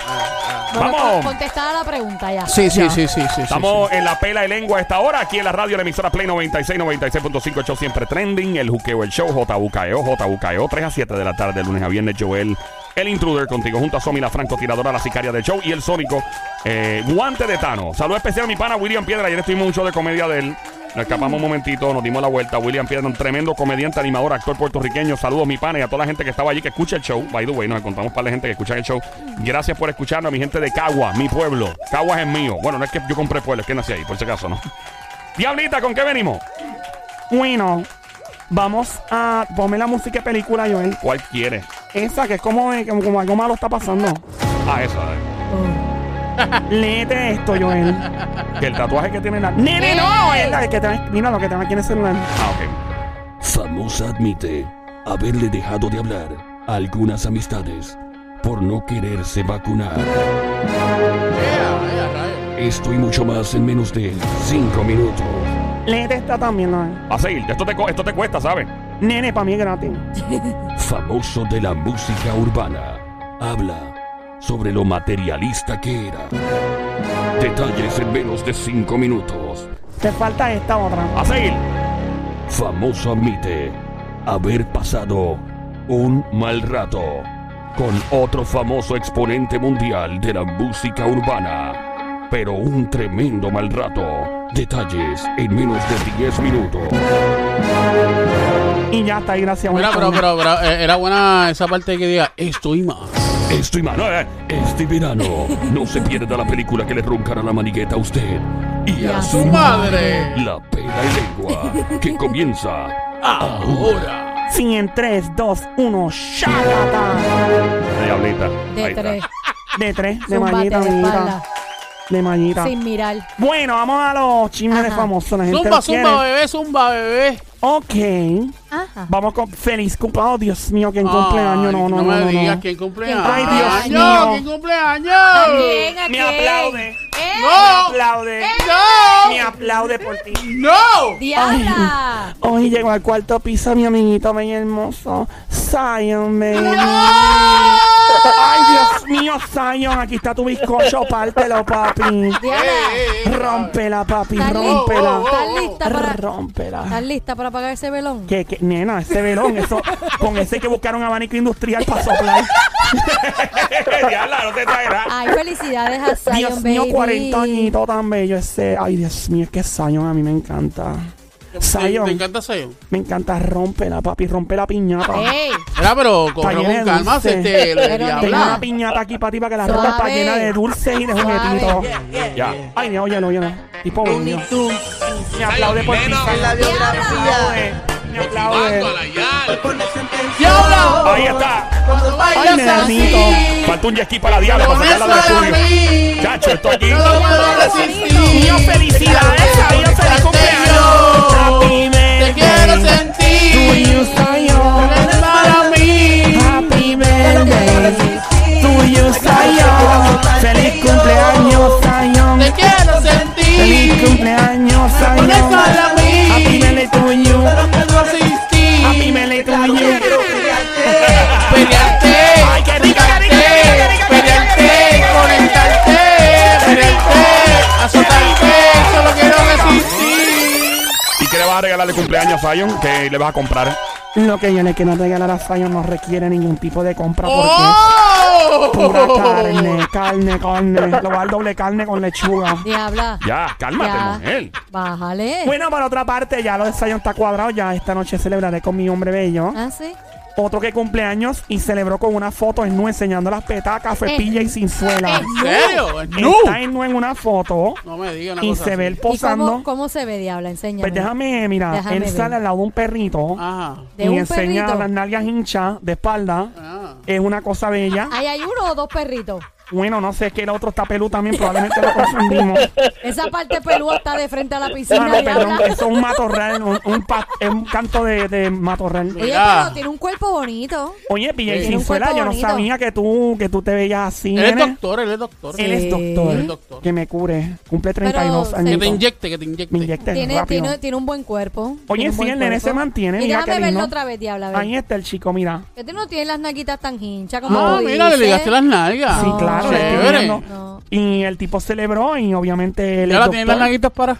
Speaker 4: Vamos.
Speaker 1: Vamos.
Speaker 4: Contestar a la pregunta ya.
Speaker 2: Sí, sí, sí, sí, sí, sí.
Speaker 1: Estamos en la pela de lengua a esta hora, aquí en la radio, la emisora Play 96, 96.5, el show siempre trending, el juqueo, el show, JUKEO, JUKEO, 3 E a 7 de la tarde, de lunes a viernes, Joel, el intruder contigo, junto a Somi, la francotiradora, la sicaria del show, y el sónico, eh, guante de Tano. Saludo especial a mi pana William Piedra, ayer estuvimos en un show de comedia de él, nos escapamos un momentito, nos dimos la vuelta, William Piedra, un tremendo comediante, animador, actor puertorriqueño, saludos mi pana y a toda la gente que estaba allí, que escucha el show, by the way, nos encontramos para la gente que escucha el show, gracias por escucharnos, mi gente de Cagua, mi pueblo, Caguas es mío, bueno, no es que yo compré pueblo, es que nací ahí, por si acaso, ¿no? Diablita, ¿con qué venimos?
Speaker 3: Bueno, vamos a ponme la música de película, Joel.
Speaker 1: ¿Cuál quiere?
Speaker 3: Esa que es como, eh, como, como algo malo está pasando.
Speaker 1: Ah, esa. eh.
Speaker 3: Léete esto, Joel.
Speaker 1: Que el tatuaje que tiene la...
Speaker 3: Nene, no, es la que te, mira lo que te aquí en el celular.
Speaker 1: Ah, ok.
Speaker 5: Famosa admite haberle dejado de hablar a algunas amistades por no quererse vacunar. Esto y mucho más en menos de 5 minutos.
Speaker 3: Léete esta también, ¿no?
Speaker 1: A seguir, esto te, co- esto te cuesta, ¿sabes?
Speaker 3: Nene, para mí es gratis.
Speaker 5: Famoso de la música urbana, habla sobre lo materialista que era. Detalles en menos de 5 minutos.
Speaker 3: Te falta esta otra.
Speaker 1: A seguir.
Speaker 5: Famoso admite haber pasado un mal rato con otro famoso exponente mundial de la música urbana, pero un tremendo mal rato. Detalles en menos de 10 minutos.
Speaker 3: Y ya está, y gracias.
Speaker 2: Mira,
Speaker 3: Wilson.
Speaker 2: pero, pero, pero, eh, era buena esa parte que diga, estoy más.
Speaker 5: Esto y más.
Speaker 1: eh,
Speaker 5: Este verano no se pierda la película que le roncará la manigueta a usted y a su
Speaker 2: madre!
Speaker 5: la pela y lengua que comienza ahora.
Speaker 3: Sí, en 3, 2, 1, ¡Shagata!
Speaker 1: Diablita. Ahí
Speaker 4: De
Speaker 1: está.
Speaker 4: tres.
Speaker 3: De 3, de
Speaker 4: Zumbate
Speaker 3: mallita,
Speaker 4: de
Speaker 3: amiguita.
Speaker 4: espalda.
Speaker 3: De mallita.
Speaker 4: Sin mirar.
Speaker 3: Bueno, vamos a los chismes de
Speaker 4: Ajá.
Speaker 3: famosos. La gente
Speaker 2: Zumba,
Speaker 3: los quiere.
Speaker 2: zumba, bebé, zumba, bebé.
Speaker 3: Ok.
Speaker 4: Ajá.
Speaker 3: Vamos con feliz cumpleaños. oh, Dios mío, que en
Speaker 2: Ay,
Speaker 3: cumpleaños. No, no, no.
Speaker 2: me
Speaker 3: no,
Speaker 2: digas
Speaker 3: no.
Speaker 2: quién cumpleaños.
Speaker 3: Ay, Dios mío.
Speaker 2: ¿Quién cumpleaños?
Speaker 3: Me aplaude.
Speaker 2: Oh.
Speaker 4: Eh,
Speaker 2: No.
Speaker 3: aplaude. Me
Speaker 2: ¡No!
Speaker 3: aplaude por ti.
Speaker 2: ¡No!
Speaker 4: ¡Diabla!
Speaker 3: Hoy llegó al cuarto piso mi amiguito bien hermoso. Zion, baby. Ay, Dios mío, Zion. Aquí está tu bizcocho. Pártelo, papi.
Speaker 2: Eh,
Speaker 4: ¡Diabla!
Speaker 3: Rómpela, papi.
Speaker 4: ¿Estás
Speaker 3: Rómpela.
Speaker 2: Oh, oh, oh.
Speaker 4: lista para,
Speaker 3: Rómpela.
Speaker 4: ¿Estás lista para pagar ese velón?
Speaker 3: Que, que, nena, ese velón, eso, con ese hay que buscar un abanico industrial para soplar.
Speaker 1: Eh, Diabla, no te traerá.
Speaker 4: Ay, felicidades a Zion,
Speaker 3: Dios mío,
Speaker 4: baby.
Speaker 3: 40 añitos tan bello ese. Ay, Dios mío, es que Zion a mí me encanta.
Speaker 2: ¿Te
Speaker 3: Zion,
Speaker 2: encanta Sayon?
Speaker 3: me encanta rompela, papi, rompe la piñata.
Speaker 4: ¡Ey!
Speaker 2: Era, pero corre
Speaker 3: llena
Speaker 2: con
Speaker 3: de
Speaker 2: calma,
Speaker 3: dulce.
Speaker 2: se te le
Speaker 4: Pero
Speaker 3: Tengo
Speaker 4: nena.
Speaker 2: diabla.
Speaker 3: una piñata aquí para ti para que la ropa está
Speaker 4: Suave.
Speaker 3: llena de dulces y de
Speaker 4: Suave.
Speaker 3: juguetitos.
Speaker 1: Ya.
Speaker 3: Ay, Dios, óyelo, óyelo. Tipo bello. Me aplaude por ti. Me aplaude.
Speaker 2: ¡Diabla!
Speaker 1: Ahí está.
Speaker 2: Cuando
Speaker 3: Ay,
Speaker 2: bailas
Speaker 3: nenito.
Speaker 2: así,
Speaker 1: Falta un jet ski para la diabla
Speaker 2: con
Speaker 1: para
Speaker 2: eso
Speaker 1: sacarla del
Speaker 2: de
Speaker 1: estudio.
Speaker 2: mí,
Speaker 1: Chacho, esto aquí.
Speaker 2: no lo puedo resistir.
Speaker 3: Dios, felicidades, Zion, feliz cumpleaños. Happy
Speaker 2: Te quiero
Speaker 3: birthday to
Speaker 2: sentir,
Speaker 3: you, Zion.
Speaker 2: eres para mí.
Speaker 3: Happy birthday to you, Zion. Feliz cumpleaños, Zion.
Speaker 2: Te quiero
Speaker 3: Feliz
Speaker 2: sentir,
Speaker 3: cumpleaños, Zion.
Speaker 2: eres para
Speaker 3: Happy
Speaker 2: mí.
Speaker 3: birthday to you.
Speaker 2: Ah, pues No puedo resistir.
Speaker 3: Happy birthday to you.
Speaker 2: Pelearte,
Speaker 3: Ay, qué rico, qué rico,
Speaker 2: picarte,
Speaker 3: qué rico, qué rico, qué rico,
Speaker 2: pelearte,
Speaker 3: qué rico.
Speaker 2: conectarte, pelearte, azotarte, solo quiero resistir.
Speaker 1: ¿Y qué le vas a regalar de cumpleaños a Zion? ¿Qué le vas a comprar?
Speaker 3: Lo que yo le quiero regalar a Zion no requiere ningún tipo de compra porque
Speaker 2: ¡Oh!
Speaker 3: es pura carne, carne, carne. Lo va a dar doble carne con lechuga.
Speaker 4: ¡Diabla!
Speaker 1: Ya, cálmate,
Speaker 4: Ya.
Speaker 1: mujer.
Speaker 4: ¡Bájale!
Speaker 3: Bueno, por otra parte, ya lo de Zion está cuadrado. Ya esta noche celebraré con mi hombre bello.
Speaker 4: ¿Ah, sí?
Speaker 3: Otro que cumpleaños y celebró con una foto en nu enseñando las petacas, cepilla y cinzuela.
Speaker 4: Eh,
Speaker 2: ¿En serio? ¿Es nu?
Speaker 3: Está en nu en una foto
Speaker 2: No me digas una
Speaker 3: y
Speaker 2: cosa
Speaker 3: se ve
Speaker 2: así.
Speaker 3: él
Speaker 4: ¿Y cómo,
Speaker 3: posando.
Speaker 4: cómo se ve, Diabla? Enséñame.
Speaker 3: Pues déjame, mira,
Speaker 4: Déjame
Speaker 3: él
Speaker 4: ver.
Speaker 3: sale al lado de un perrito
Speaker 2: Ajá.
Speaker 4: ¿De
Speaker 3: y
Speaker 4: un
Speaker 3: enseña
Speaker 4: perrito?
Speaker 3: las nalgas hinchas de espalda.
Speaker 2: Ah.
Speaker 3: Es una cosa bella.
Speaker 4: Ahí hay uno o dos perritos.
Speaker 3: Bueno, no sé, es que el otro está pelú también, probablemente lo confundimos.
Speaker 4: Esa parte pelúa está de frente a la
Speaker 3: No,
Speaker 4: piscina
Speaker 3: no,
Speaker 4: y
Speaker 3: perdón,
Speaker 4: habla.
Speaker 3: eso es un matorral, un, un pa- es un canto de, de matorral.
Speaker 4: Oye,
Speaker 5: Mira.
Speaker 4: pero tiene un cuerpo bonito.
Speaker 3: Oye, PJ
Speaker 4: Tiene un
Speaker 3: Sinzuela,
Speaker 4: cuerpo
Speaker 3: yo no
Speaker 4: bonito.
Speaker 3: sabía que tú, que tú te veías así.
Speaker 5: Él es
Speaker 3: nene.
Speaker 5: doctor, él es doctor.
Speaker 3: Él es
Speaker 4: Sí.
Speaker 3: doctor.
Speaker 5: Él es doctor.
Speaker 3: Que me cure. Cumple 32
Speaker 4: se-
Speaker 3: años.
Speaker 5: Que te inyecte, que te
Speaker 3: Me
Speaker 5: inyecte.
Speaker 3: inyecten
Speaker 4: Tiene,
Speaker 3: rápido.
Speaker 4: tiene, tiene un buen cuerpo.
Speaker 3: Oye,
Speaker 4: Tiene un
Speaker 3: sí,
Speaker 4: buen
Speaker 3: el nene
Speaker 4: cuerpo.
Speaker 3: se mantiene,
Speaker 4: Y
Speaker 3: mira
Speaker 4: déjame
Speaker 3: qué
Speaker 4: verlo
Speaker 3: lindo.
Speaker 4: otra vez, diabla. a ver.
Speaker 3: Ahí está el chico, mira.
Speaker 4: Que tú no tienes las naquitas tan hinchas
Speaker 5: No,
Speaker 4: como tú
Speaker 5: Ah, mira, le
Speaker 4: dices.
Speaker 5: ligaste las nalgas.
Speaker 3: Sí,
Speaker 4: No.
Speaker 3: claro. le estoy
Speaker 5: Chévere.
Speaker 3: mirando.
Speaker 4: No.
Speaker 3: Y el tipo celebró y obviamente él
Speaker 5: Ya
Speaker 3: es
Speaker 5: la tienen las
Speaker 3: doctor.
Speaker 5: naguitas para.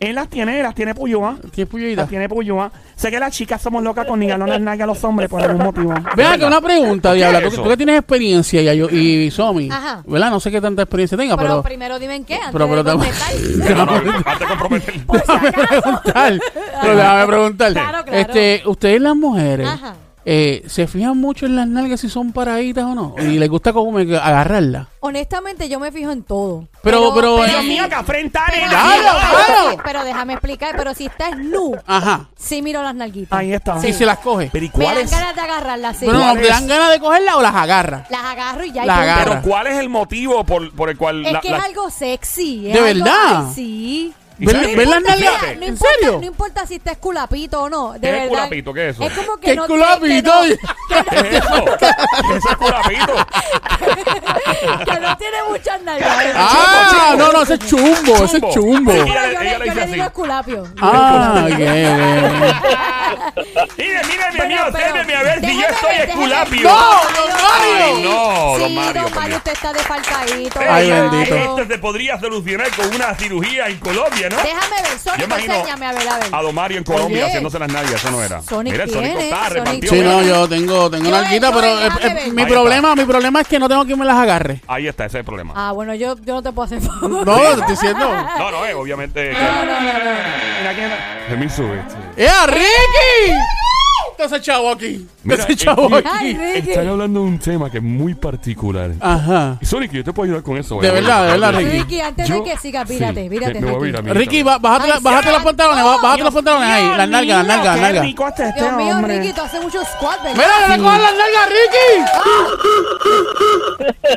Speaker 3: Él las tiene, las tiene Puyúa.
Speaker 5: ¿Qué puñalita?
Speaker 3: Las tiene Puyúa. Sé que las chicas somos locas con ligarnos las nalgas a los hombres por algún motivo.
Speaker 5: Vea que una pregunta, Diabla. Tú,
Speaker 1: eso?
Speaker 5: tú que tienes experiencia ya yo, y Somi,
Speaker 4: Ajá.
Speaker 5: ¿verdad? No sé qué tanta experiencia tenga,
Speaker 4: Pero,
Speaker 5: pero.
Speaker 4: primero dime en qué, antes
Speaker 5: pero- pero
Speaker 4: de
Speaker 5: tam-
Speaker 4: contestar.
Speaker 1: No, no, antes de comprometer.
Speaker 5: déjame preguntar. Pero déjame preguntar.
Speaker 4: Claro, claro.
Speaker 5: Este, ustedes las mujeres
Speaker 4: Ajá.
Speaker 5: eh, se fijan mucho en las nalgas si son paraditas o no. Y les gusta como que agarrarlas.
Speaker 4: Honestamente, yo me fijo en todo.
Speaker 5: Pero- pero- eh,
Speaker 3: Dios
Speaker 5: sí.
Speaker 4: sí,
Speaker 3: mío, que afrenta,
Speaker 4: pero-
Speaker 3: nena.
Speaker 5: Claro, claro.
Speaker 4: sí, Pero déjame explicar, pero si estás nu,
Speaker 5: Ajá.
Speaker 4: sí miro las nalguitas.
Speaker 3: Ahí está.
Speaker 5: Y se las coge.
Speaker 1: Pero ¿y
Speaker 4: Me
Speaker 1: cuál
Speaker 4: dan
Speaker 1: es?
Speaker 4: ganas de agarrarlas, sí.
Speaker 5: Pero no, ¿te
Speaker 1: es?
Speaker 5: dan ganas de cogerlas o las agarras?
Speaker 4: Las agarro y ya. y
Speaker 5: Las
Speaker 4: punto.
Speaker 5: agarro.
Speaker 1: Pero ¿cuál es el motivo por, por el cual
Speaker 4: Es
Speaker 1: la-
Speaker 4: que
Speaker 1: la-
Speaker 4: es algo sexy. es
Speaker 5: ¿De
Speaker 4: algo-
Speaker 5: verdad?
Speaker 4: Ay, sí.
Speaker 1: ¿Y
Speaker 5: ¿Ves-
Speaker 1: sabes
Speaker 5: ves
Speaker 1: qué?
Speaker 5: las
Speaker 4: Mira,
Speaker 5: nalgas?
Speaker 4: no
Speaker 5: ¿En
Speaker 4: importa,
Speaker 5: serio?
Speaker 4: No importa si estás culapito o no, de
Speaker 1: ¿Qué es
Speaker 4: verdad.
Speaker 1: culapito? ¿Qué es eso?
Speaker 4: como que
Speaker 5: ¿Qué
Speaker 4: no,
Speaker 5: culapito?
Speaker 4: Que, que
Speaker 1: ¿Qué es eso? ¿Qué es ese curapito?
Speaker 4: no, que no tiene muchas nalgas. ¿eh?
Speaker 5: Ah, no, no, ese es chumbo, ese es
Speaker 1: Chumbo.
Speaker 5: chumbo.
Speaker 1: Sí.
Speaker 4: Pero
Speaker 1: Ella- ella
Speaker 4: yo, le-
Speaker 1: le
Speaker 4: yo
Speaker 1: dice
Speaker 4: le
Speaker 1: así.
Speaker 4: digo el culapio.
Speaker 5: Ah, ok, ok, ok.
Speaker 1: Mire, mire, mi
Speaker 4: Pero-
Speaker 1: amigo,
Speaker 4: pero-
Speaker 1: obsérveme a ver si yo estoy
Speaker 4: déjame ver, déjame
Speaker 1: esculapio.
Speaker 4: ver.
Speaker 5: ¡No, don
Speaker 1: Ay,
Speaker 5: Mario!
Speaker 1: no,
Speaker 4: sí,
Speaker 1: don Mario. por Dios.
Speaker 4: usted está desfalcadito.
Speaker 5: Ay,
Speaker 4: claro.
Speaker 5: bendito.
Speaker 1: Esto Este se podría solucionar con una cirugía en Colombia, ¿no?
Speaker 4: Déjame ver,
Speaker 1: Yo
Speaker 4: Sónico,
Speaker 1: imagino
Speaker 4: enséñame a ver, a ver.
Speaker 1: A Don Mario en Colombia
Speaker 4: Oye.
Speaker 1: haciéndose las nalgas, eso no era.
Speaker 4: Sonic
Speaker 1: Mira, el Sonic
Speaker 4: tiene,
Speaker 1: está
Speaker 4: Sonic
Speaker 1: repartido.
Speaker 5: Sí,
Speaker 4: tiene.
Speaker 5: no, yo tengo, tengo
Speaker 4: Yo
Speaker 5: una
Speaker 4: he-
Speaker 5: alguita,
Speaker 4: yo
Speaker 5: pero
Speaker 4: he-
Speaker 5: eh,
Speaker 4: déjame
Speaker 5: eh,
Speaker 4: ver.
Speaker 5: mi
Speaker 1: Ahí
Speaker 5: problema, mi problema es que no tengo quien me las agarre.
Speaker 1: Ahí está, ese es el problema.
Speaker 4: Ah, bueno, yo, yo no te puedo hacer favor.
Speaker 5: No, te estoy diciendo.
Speaker 4: Ah.
Speaker 1: No, no, eh, obviamente. eh.
Speaker 3: Mira quién-
Speaker 1: Se me sube.
Speaker 5: ¡Ea, ¡Eh, Ricky! ¿Qué hace chavo aquí? ¿Qué
Speaker 1: Mira,
Speaker 5: hace chavo
Speaker 1: eh,
Speaker 4: Ay,
Speaker 5: aquí?
Speaker 4: Ricky.
Speaker 1: Están hablando de un tema que es muy particular.
Speaker 5: Ajá.
Speaker 1: Y Sonic, yo te puedo ayudar con eso.
Speaker 5: De
Speaker 1: eh,
Speaker 5: verdad, de
Speaker 1: porque-
Speaker 5: verdad, Ricky.
Speaker 4: Ah. Ricky, antes
Speaker 1: Yo-
Speaker 4: de que siga, pírate,
Speaker 1: Sí,
Speaker 4: pírate,
Speaker 1: me voy a
Speaker 4: Ricky.
Speaker 1: ir a mi
Speaker 5: Ricky, ba-
Speaker 1: casa.
Speaker 5: bájate,
Speaker 4: Ay,
Speaker 5: la- bájate los
Speaker 4: santo.
Speaker 5: pantalones, ba- bájate los pantalones ahí. Las nalgas, las
Speaker 3: Mira,
Speaker 5: nalgas, las
Speaker 3: Qué
Speaker 5: nalgas.
Speaker 3: rico este, este
Speaker 4: Dios mío,
Speaker 3: hombre.
Speaker 4: Ricky, tú haces mucho squat, ¿verdad?
Speaker 5: ¡Mira, no le cojas las nalgas, Ricky!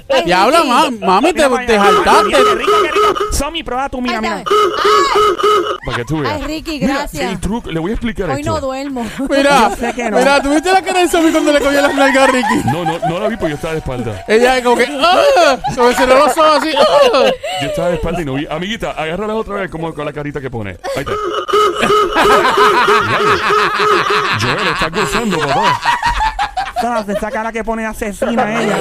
Speaker 4: Ay,
Speaker 5: Diabla,
Speaker 4: Ricky.
Speaker 5: ma- mami, te,
Speaker 3: Mira para
Speaker 5: te
Speaker 3: allá.
Speaker 5: jaltaste.
Speaker 3: Qué rico, qué rico. Somi, prueba tú, mira,
Speaker 4: Ay,
Speaker 3: mira.
Speaker 4: dame. Ay,
Speaker 1: Para que tú veas.
Speaker 4: Ay, Ricky,
Speaker 1: Mira,
Speaker 4: gracias.
Speaker 1: el truco, le voy a explicar
Speaker 4: Hoy
Speaker 1: esto.
Speaker 4: no duermo.
Speaker 5: Mira,
Speaker 3: Yo sé que no.
Speaker 5: mira, ¿tuviste la cara de Sammy cuando le cogió las nalgas a Ricky?
Speaker 1: No, no, no la vi porque yo estaba de espalda.
Speaker 5: Ella como que, ¡ah! Como que cerró los ojos así, ¡ah!
Speaker 1: Yo estaba de espalda y no vi. Amiguita, agárrala otra vez como con la carita que pone. Ahí está. Joel, estás gozando, papá.
Speaker 3: Tras de Esa cara que pone asesina ella.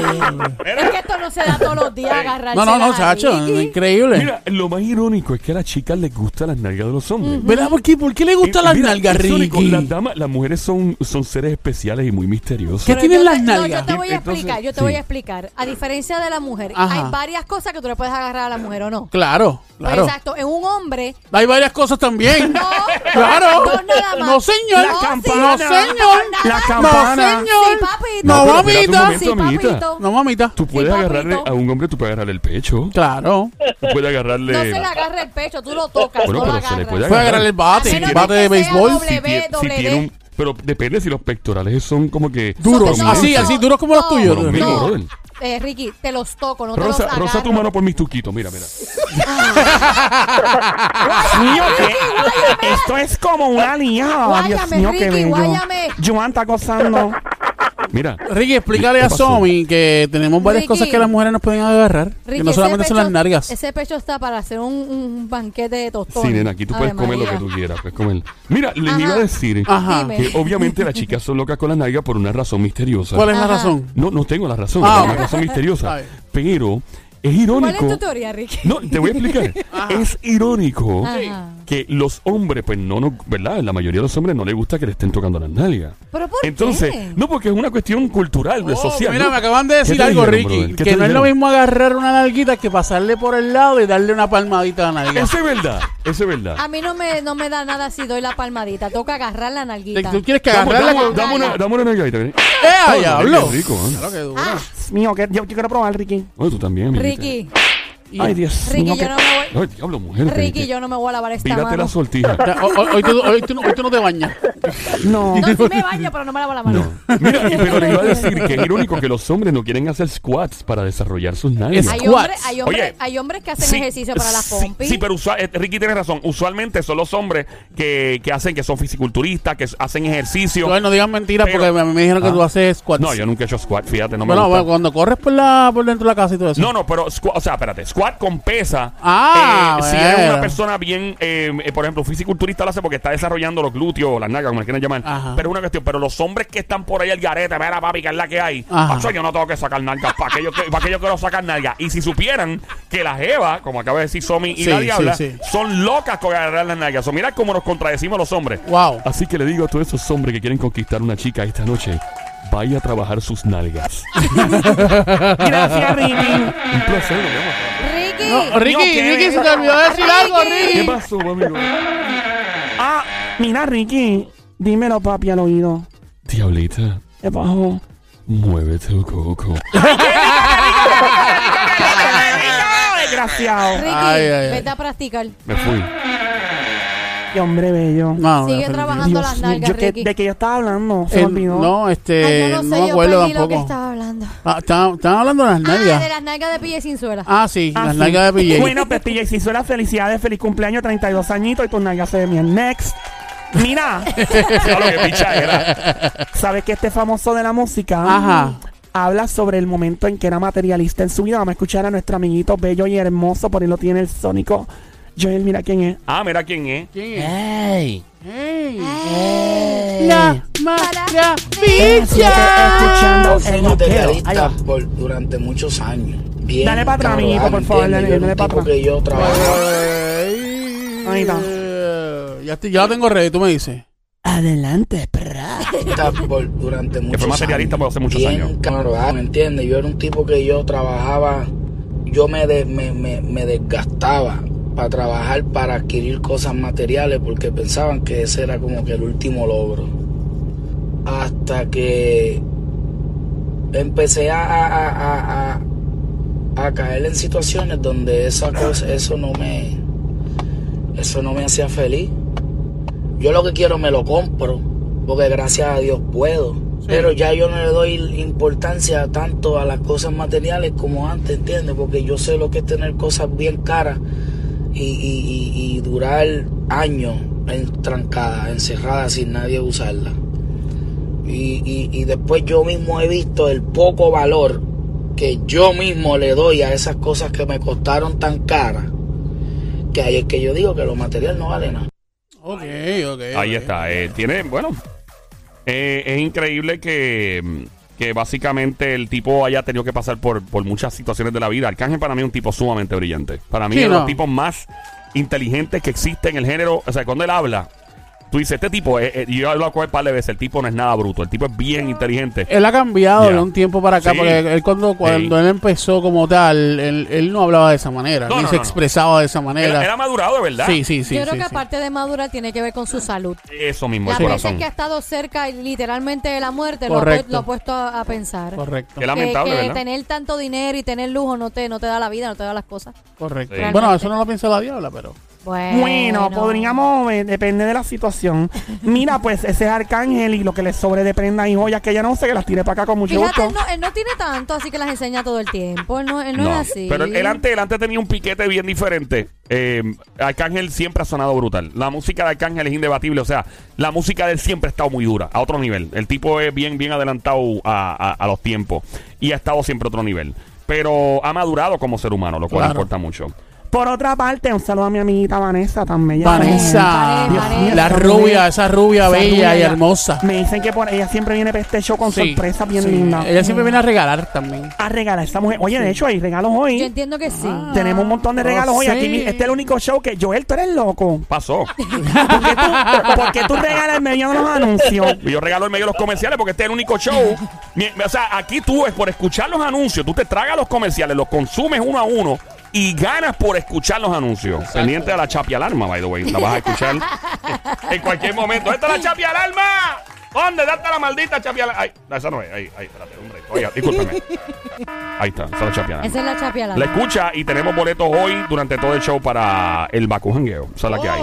Speaker 4: Es que esto no se da todos los días agarrarse.
Speaker 5: No, no, no,
Speaker 4: las
Speaker 5: chacho,
Speaker 4: nalgas.
Speaker 5: increíble.
Speaker 1: Mira, lo más irónico es que a las chicas les gustan las nalgas de los hombres.
Speaker 5: ¿Verdad? ¿Por qué, ¿Por qué le
Speaker 1: Mira,
Speaker 5: Mm. gustan las
Speaker 1: Eh, mira,
Speaker 5: nalgas,
Speaker 1: eso, Nico,
Speaker 5: Ricky?
Speaker 1: Las damas, las mujeres son, son seres especiales y muy misteriosos.
Speaker 5: ¿Qué
Speaker 4: Pero
Speaker 5: tienen
Speaker 4: yo
Speaker 5: las
Speaker 4: te- no,
Speaker 5: nalgas?
Speaker 4: yo te voy a
Speaker 1: Entonces,
Speaker 4: explicar, yo te
Speaker 1: sí.
Speaker 4: voy a explicar. A diferencia de la mujer,
Speaker 5: Ajá.
Speaker 4: hay varias cosas que tú le puedes agarrar a la mujer o no.
Speaker 5: Claro,
Speaker 4: Pues
Speaker 5: claro.
Speaker 4: exacto, en un hombre.
Speaker 5: Hay varias cosas también.
Speaker 4: No,
Speaker 5: Claro.
Speaker 4: no, nada más.
Speaker 5: No, señor.
Speaker 4: No,
Speaker 3: La
Speaker 4: sí,
Speaker 3: campana.
Speaker 5: No, señor.
Speaker 3: La
Speaker 5: No,
Speaker 3: campana.
Speaker 4: Sí,
Speaker 5: señor.
Speaker 4: papito.
Speaker 5: No,
Speaker 1: No, pero espérate un
Speaker 5: mamita.
Speaker 1: momento,
Speaker 4: Sí,
Speaker 1: amiguita.
Speaker 4: papito.
Speaker 5: No, mamita.
Speaker 1: Tú puedes
Speaker 4: Sí, papito.
Speaker 1: agarrarle a un hombre, tú puedes agarrarle el pecho.
Speaker 5: Claro.
Speaker 1: Tú puedes agarrarle.
Speaker 4: No se le agarra el pecho, tú lo tocas,
Speaker 1: Bueno,
Speaker 4: no lo
Speaker 1: pero se le
Speaker 4: agarras.
Speaker 1: puede
Speaker 5: Puede agarrar el
Speaker 4: A
Speaker 5: bate.
Speaker 4: menos
Speaker 5: Bate
Speaker 4: que
Speaker 5: de
Speaker 4: sea
Speaker 5: béisbol.
Speaker 4: doble.
Speaker 1: si tie- si
Speaker 4: W.
Speaker 1: tiene un- pero depende si los pectorales son como que
Speaker 5: Duros.
Speaker 1: Son
Speaker 5: Así,
Speaker 1: inmensos.
Speaker 5: así, duros como los tuyos.
Speaker 1: Pero mira,
Speaker 4: No,
Speaker 1: brother.
Speaker 4: eh, Ricky, te los toco, no te
Speaker 1: Rosa,
Speaker 4: los agarro.
Speaker 1: rosa tu mano por mis tuquitos, mira, mira.
Speaker 3: Dios mío, que- Esto es como una liada. Dios
Speaker 4: Guáyame,
Speaker 3: mío, qué
Speaker 4: Ricky,
Speaker 3: bello.
Speaker 4: guáyame.
Speaker 3: Joan está gozando.
Speaker 1: Mira.
Speaker 5: Ricky, explícale
Speaker 1: ¿Qué
Speaker 5: a
Speaker 1: pasó?
Speaker 5: Somi que tenemos varias
Speaker 4: Ricky.
Speaker 5: cosas que las mujeres nos pueden agarrar.
Speaker 4: Ricky,
Speaker 5: que no
Speaker 4: ese
Speaker 5: solamente son
Speaker 4: pecho-
Speaker 5: las nalgas.
Speaker 4: Ese pecho está para hacer un, un banquete de tostones.
Speaker 1: Sí, nena, aquí tú puedes
Speaker 4: Ave
Speaker 1: comer lo que
Speaker 4: María.
Speaker 1: tú quieras. Puedes comer. Mira, les
Speaker 4: Ajá.
Speaker 1: iba a decir
Speaker 5: Ajá. Ah.
Speaker 4: Dime.
Speaker 1: que obviamente las chicas son locas con las nalgas por una razón misteriosa.
Speaker 5: ¿Cuál es la
Speaker 4: Ajá.
Speaker 5: razón?
Speaker 1: No, no tengo la razón,
Speaker 5: Ah,
Speaker 1: es una
Speaker 5: ok.
Speaker 1: razón
Speaker 5: A
Speaker 1: misteriosa.
Speaker 5: ver.
Speaker 1: Pero es
Speaker 4: ¿Cuál es
Speaker 1: irónico.
Speaker 4: tu teoría, Ricky?
Speaker 1: No, te voy a explicar. Es irónico
Speaker 5: Ah.
Speaker 4: Ajá.
Speaker 1: que los hombres, pues no, no, ¿verdad? La mayoría de los hombres no les gusta que le estén tocando las nalgas.
Speaker 4: ¿Pero por
Speaker 1: Entonces,
Speaker 4: qué?
Speaker 1: no, porque es una cuestión cultural, de
Speaker 5: Oh,
Speaker 1: social.
Speaker 5: mira,
Speaker 1: ¿no?
Speaker 5: me acaban de
Speaker 1: ¿Qué
Speaker 5: decir
Speaker 1: te
Speaker 5: algo,
Speaker 1: dijeron,
Speaker 5: Ricky.
Speaker 1: brother? ¿Qué
Speaker 5: Que
Speaker 1: te
Speaker 5: no es lo
Speaker 1: dijeron?
Speaker 5: mismo agarrar una nalguita que pasarle por el lado y darle una palmadita a la nalga.
Speaker 1: Eso es verdad, eso es verdad.
Speaker 4: A mí no me, no me da nada si doy la palmadita. Toca agarrar la nalguita.
Speaker 5: ¿Tú quieres que
Speaker 1: Dame,
Speaker 5: agarrarla?
Speaker 1: dame-
Speaker 5: con-
Speaker 1: dame una, dame una nalgadita, ven.
Speaker 5: ¡Eh,
Speaker 1: Dame una nalga,
Speaker 5: diablo!
Speaker 1: qué rico, ¿eh?
Speaker 5: Claro que duro.
Speaker 4: Ah,
Speaker 3: Mío, que yo, yo quiero probar, Ricky.
Speaker 1: Oye, tú también, amiguita.
Speaker 4: Ricky,
Speaker 3: Ay, Dios mío. que-
Speaker 4: Ricky, yo no me voy,
Speaker 1: Ay, diablo, mujer.
Speaker 4: Ricky,
Speaker 1: te-
Speaker 4: yo no me voy a lavar esta
Speaker 1: Pírate
Speaker 4: mano.
Speaker 1: la sortija.
Speaker 5: Ya, ho- ho- Hoy, tú, hoy tú no- hoy tú no te bañas.
Speaker 3: No.
Speaker 4: No, sí me baño, pero no me lavo la mano.
Speaker 5: Mira, pero le iba a decir que es irónico que los hombres no quieren hacer squats para desarrollar sus nalgas.
Speaker 4: Hay,
Speaker 2: Squats.
Speaker 4: hombres, hay, hombres,
Speaker 1: Oye,
Speaker 4: hay hombres que hacen
Speaker 1: Sí,
Speaker 4: ejercicio para las
Speaker 1: sí,
Speaker 4: pompis.
Speaker 1: Sí, pero usua- eh, Ricky tiene razón. Usualmente son los hombres que, que hacen, que son fisiculturistas, que s- hacen ejercicio.
Speaker 2: Bueno, no digan mentiras
Speaker 1: Pero-
Speaker 2: porque me, me dijeron que
Speaker 5: Ah.
Speaker 2: tú haces squats.
Speaker 5: No, yo nunca he hecho squat, fíjate, no me
Speaker 2: bueno,
Speaker 5: gusta.
Speaker 2: bueno, cuando corres por, la, por dentro de la casa y todo eso.
Speaker 1: No, no, pero squat, o sea, espérate, squat con pesa.
Speaker 2: Ah,
Speaker 1: eh, si eres
Speaker 2: bueno.
Speaker 1: una persona bien, eh, eh, por ejemplo, un fisiculturista lo hace porque está desarrollando los glúteos, o las nalgas, como le quieran llamar.
Speaker 2: Ajá.
Speaker 1: Pero es una cuestión, pero los hombres que están por ahí al garete, mira, papi, que es la que hay.
Speaker 2: Ajá.
Speaker 1: Pacho, yo no tengo que sacar nalgas, ¿para que yo, que- pa' que yo quiero sacar nalgas? Y si supieran que las Eva, como acaba de decir Somi y
Speaker 2: Sí,
Speaker 1: la
Speaker 2: sí,
Speaker 1: Diabla,
Speaker 2: sí.
Speaker 1: son locas con agarrar las nalgas. O mira cómo nos contradecimos los hombres.
Speaker 2: Wow.
Speaker 5: Así que le digo a todos esos hombres que quieren conquistar una chica esta noche, vaya a trabajar sus nalgas.
Speaker 3: Gracias, Ricky.
Speaker 5: Un placer, nos vemos.
Speaker 4: Ricky,
Speaker 2: No, Ricky,
Speaker 1: qué
Speaker 2: Ricky,
Speaker 1: bien.
Speaker 2: se te olvidó decir algo,
Speaker 5: ¿Qué
Speaker 2: Ricky.
Speaker 5: pasó, amigo?
Speaker 3: Ah, mira, Ricky. Dímelo, papi, al oído.
Speaker 5: Diablita,
Speaker 3: ¿Qué pasó?
Speaker 5: mueve tu coco.
Speaker 3: Desgraciado.
Speaker 4: Ricky,
Speaker 2: Ay, ay, ay.
Speaker 4: vete a practicar.
Speaker 5: Me fui.
Speaker 3: Qué hombre bello.
Speaker 2: No,
Speaker 4: Sigue
Speaker 2: no,
Speaker 4: trabajando las
Speaker 3: mío,
Speaker 4: nalgas,
Speaker 3: yo que-
Speaker 4: Ricky.
Speaker 3: ¿De qué yo estaba hablando? Se
Speaker 2: el-
Speaker 3: me olvidó.
Speaker 2: no, este,
Speaker 4: Ay, Ah, yo
Speaker 2: no,
Speaker 4: no sé,
Speaker 2: me
Speaker 4: yo
Speaker 2: acuerdo
Speaker 4: perdí lo que
Speaker 2: tampoco.
Speaker 4: estaba hablando.
Speaker 2: Ah, Estaban estaban hablando de las
Speaker 4: Ah, de
Speaker 2: nalgas.
Speaker 4: las nalgas de pille sin suela.
Speaker 2: Ah, sí,
Speaker 3: Ah,
Speaker 2: las
Speaker 3: sí.
Speaker 2: nalgas de PJ.
Speaker 3: Bueno, pues PJ, si hizo las felicidades, feliz cumpleaños, 32 añitos y tus nalgas se ven bien. Next. Mira,
Speaker 1: Claro que picha era.
Speaker 3: sabes que este famoso de la música
Speaker 2: Ajá.
Speaker 3: habla sobre el momento en que era materialista en su vida. Vamos a escuchar a nuestro amiguito bello y hermoso, por ahí lo tiene el sónico. Joel, mira quién es.
Speaker 1: Ah, mira quién es.
Speaker 2: La maravilla.
Speaker 3: Estoy escuchando el bloqueo. Ahí va.
Speaker 7: por, durante muchos años. Bien,
Speaker 3: Dale pa' atrás, amiguito, por
Speaker 7: cabrón,
Speaker 3: favor,
Speaker 7: ¿entiendes?
Speaker 3: dale,
Speaker 7: Yo era
Speaker 3: dale
Speaker 7: un
Speaker 3: pa'
Speaker 7: tipo
Speaker 3: atrás.
Speaker 7: que yo trabajaba.
Speaker 3: Ahí está.
Speaker 2: Ya, estoy- ya la tengo ready, tú me dices.
Speaker 3: Adelante, perra.
Speaker 7: por, durante muchos
Speaker 1: fue materialista,
Speaker 7: años.
Speaker 1: pero hace muchos
Speaker 7: Bien
Speaker 1: años.
Speaker 7: cabrón, ¿me entiendes? Yo era un tipo que yo trabajaba, yo me, de- me, me- me desgastaba para trabajar, para adquirir cosas materiales, porque pensaban que ese era como que el último logro. Hasta que empecé a, a- a- a- a- a caer en situaciones donde esa cosa, eso no me, eso no me hacía feliz. Yo lo que quiero me lo compro, porque gracias a Dios puedo. Pero ya yo no le doy importancia tanto a las cosas materiales como antes, ¿entiendes? Porque yo sé lo que es tener cosas bien caras y, y- y- y durar años en- trancada, encerrada, sin nadie usarla. Y, y- y después yo mismo he visto el poco valor que yo mismo le doy a esas cosas que me costaron tan caras, que ahí es que yo digo que lo material no vale nada.
Speaker 2: Ok, ok.
Speaker 1: Ahí
Speaker 2: ok.
Speaker 1: está. eh, tiene, bueno, eh, es increíble que, que básicamente el tipo haya tenido que pasar por, por muchas situaciones de la vida. Arcángel para mí es un tipo sumamente brillante. Para mí
Speaker 2: Sí,
Speaker 1: es uno de
Speaker 2: no.
Speaker 1: los tipos más inteligentes que existe en el género. O sea, cuando él habla, tú dices, este tipo, es- es- yo hablo con él un par de veces, el tipo no es nada bruto, el tipo es bien inteligente.
Speaker 2: Él ha cambiado
Speaker 1: Ya.
Speaker 2: de un tiempo para acá,
Speaker 1: Sí.
Speaker 2: porque él cuando, cuando él empezó como tal, él, él no hablaba de esa manera,
Speaker 1: No,
Speaker 2: ni
Speaker 1: no,
Speaker 2: se
Speaker 1: no, no.
Speaker 2: expresaba de esa manera.
Speaker 1: Era, era madurado, de verdad.
Speaker 2: sí, sí, sí.
Speaker 4: yo
Speaker 2: sí,
Speaker 4: creo
Speaker 2: sí.
Speaker 4: que aparte de madurar tiene que ver con su salud.
Speaker 1: Eso mismo, el
Speaker 4: Las veces
Speaker 1: corazón.
Speaker 4: que ha estado cerca y literalmente de la muerte lo ha, pu-
Speaker 2: Correcto.
Speaker 4: lo ha puesto a, a pensar.
Speaker 2: Correcto,
Speaker 1: Qué
Speaker 4: Que-
Speaker 1: lamentable,
Speaker 4: que
Speaker 1: ¿verdad?
Speaker 4: tener tanto dinero y tener lujo no te, no te da la vida, no te da las cosas.
Speaker 2: correcto.
Speaker 1: Sí.
Speaker 2: Bueno, eso no lo piensa la diabla, pero...
Speaker 4: Bueno,
Speaker 3: Bueno, podríamos, eh, depende de la situación. Mira, pues ese es Arcángel y lo que le sobre de prendas y joyas que ella no sé, que las tire para acá con mucho
Speaker 4: Fíjate,
Speaker 3: gusto.
Speaker 4: él no, él no tiene tanto, así que las enseña todo el tiempo. Él no, él no
Speaker 1: No,
Speaker 4: es así.
Speaker 1: Pero él antes, él antes tenía un piquete bien diferente. Eh, Arcángel siempre ha sonado brutal. La música de Arcángel es indebatible. O sea, la música de él siempre ha estado muy dura, a otro nivel. El tipo es bien, bien adelantado a, a- a los tiempos y ha estado siempre a otro nivel. Pero ha madurado como ser humano, lo cual
Speaker 2: Claro.
Speaker 1: importa mucho.
Speaker 3: Por otra parte, un saludo a mi amiguita Vanessa, tan bella.
Speaker 2: Vanessa,
Speaker 4: Vanessa, Vanessa.
Speaker 2: la rubia, esa rubia
Speaker 3: Esa
Speaker 2: bella
Speaker 3: rubia,
Speaker 2: y
Speaker 3: ella-
Speaker 2: hermosa.
Speaker 3: Me dicen que por ella siempre viene para este show con
Speaker 2: Sí,
Speaker 3: sorpresas bien
Speaker 2: sí.
Speaker 3: lindas.
Speaker 2: Ella siempre viene a regalar también.
Speaker 3: A regalar a esta mujer. Oye, de hecho, hay regalos
Speaker 4: Yo
Speaker 3: hoy.
Speaker 4: entiendo que sí.
Speaker 3: Ah. Tenemos un montón de
Speaker 2: Oh,
Speaker 3: regalos hoy. Aquí,
Speaker 2: sí.
Speaker 3: mi- este es el único show que Joel, tú eres loco.
Speaker 1: Pasó.
Speaker 3: ¿Por qué tú, por qué tú regalas en medio de los anuncios?
Speaker 1: Y Yo regalo en medio de los comerciales porque este es el único show. Mi- o sea, aquí tú es por escuchar los anuncios. Tú te tragas los comerciales, los consumes uno a uno y ganas por escuchar los anuncios. Pendiente a la chapi alarma, by the way. La vas a escuchar en cualquier momento. ¿Dónde está la chapi alarma? ¿Dónde ¿Dónde está la maldita chapi alarma? Ay, no, esa no es. Ay, ay, espérate, hombre. Oiga, discúlpame. Ahí está, esa es la chapi alarma.
Speaker 4: Esa es la chapiala. Oh.
Speaker 2: Oh.
Speaker 1: La escucha y tenemos boletos hoy durante todo el show para el Bacu Jangueo. Esa es la que hay.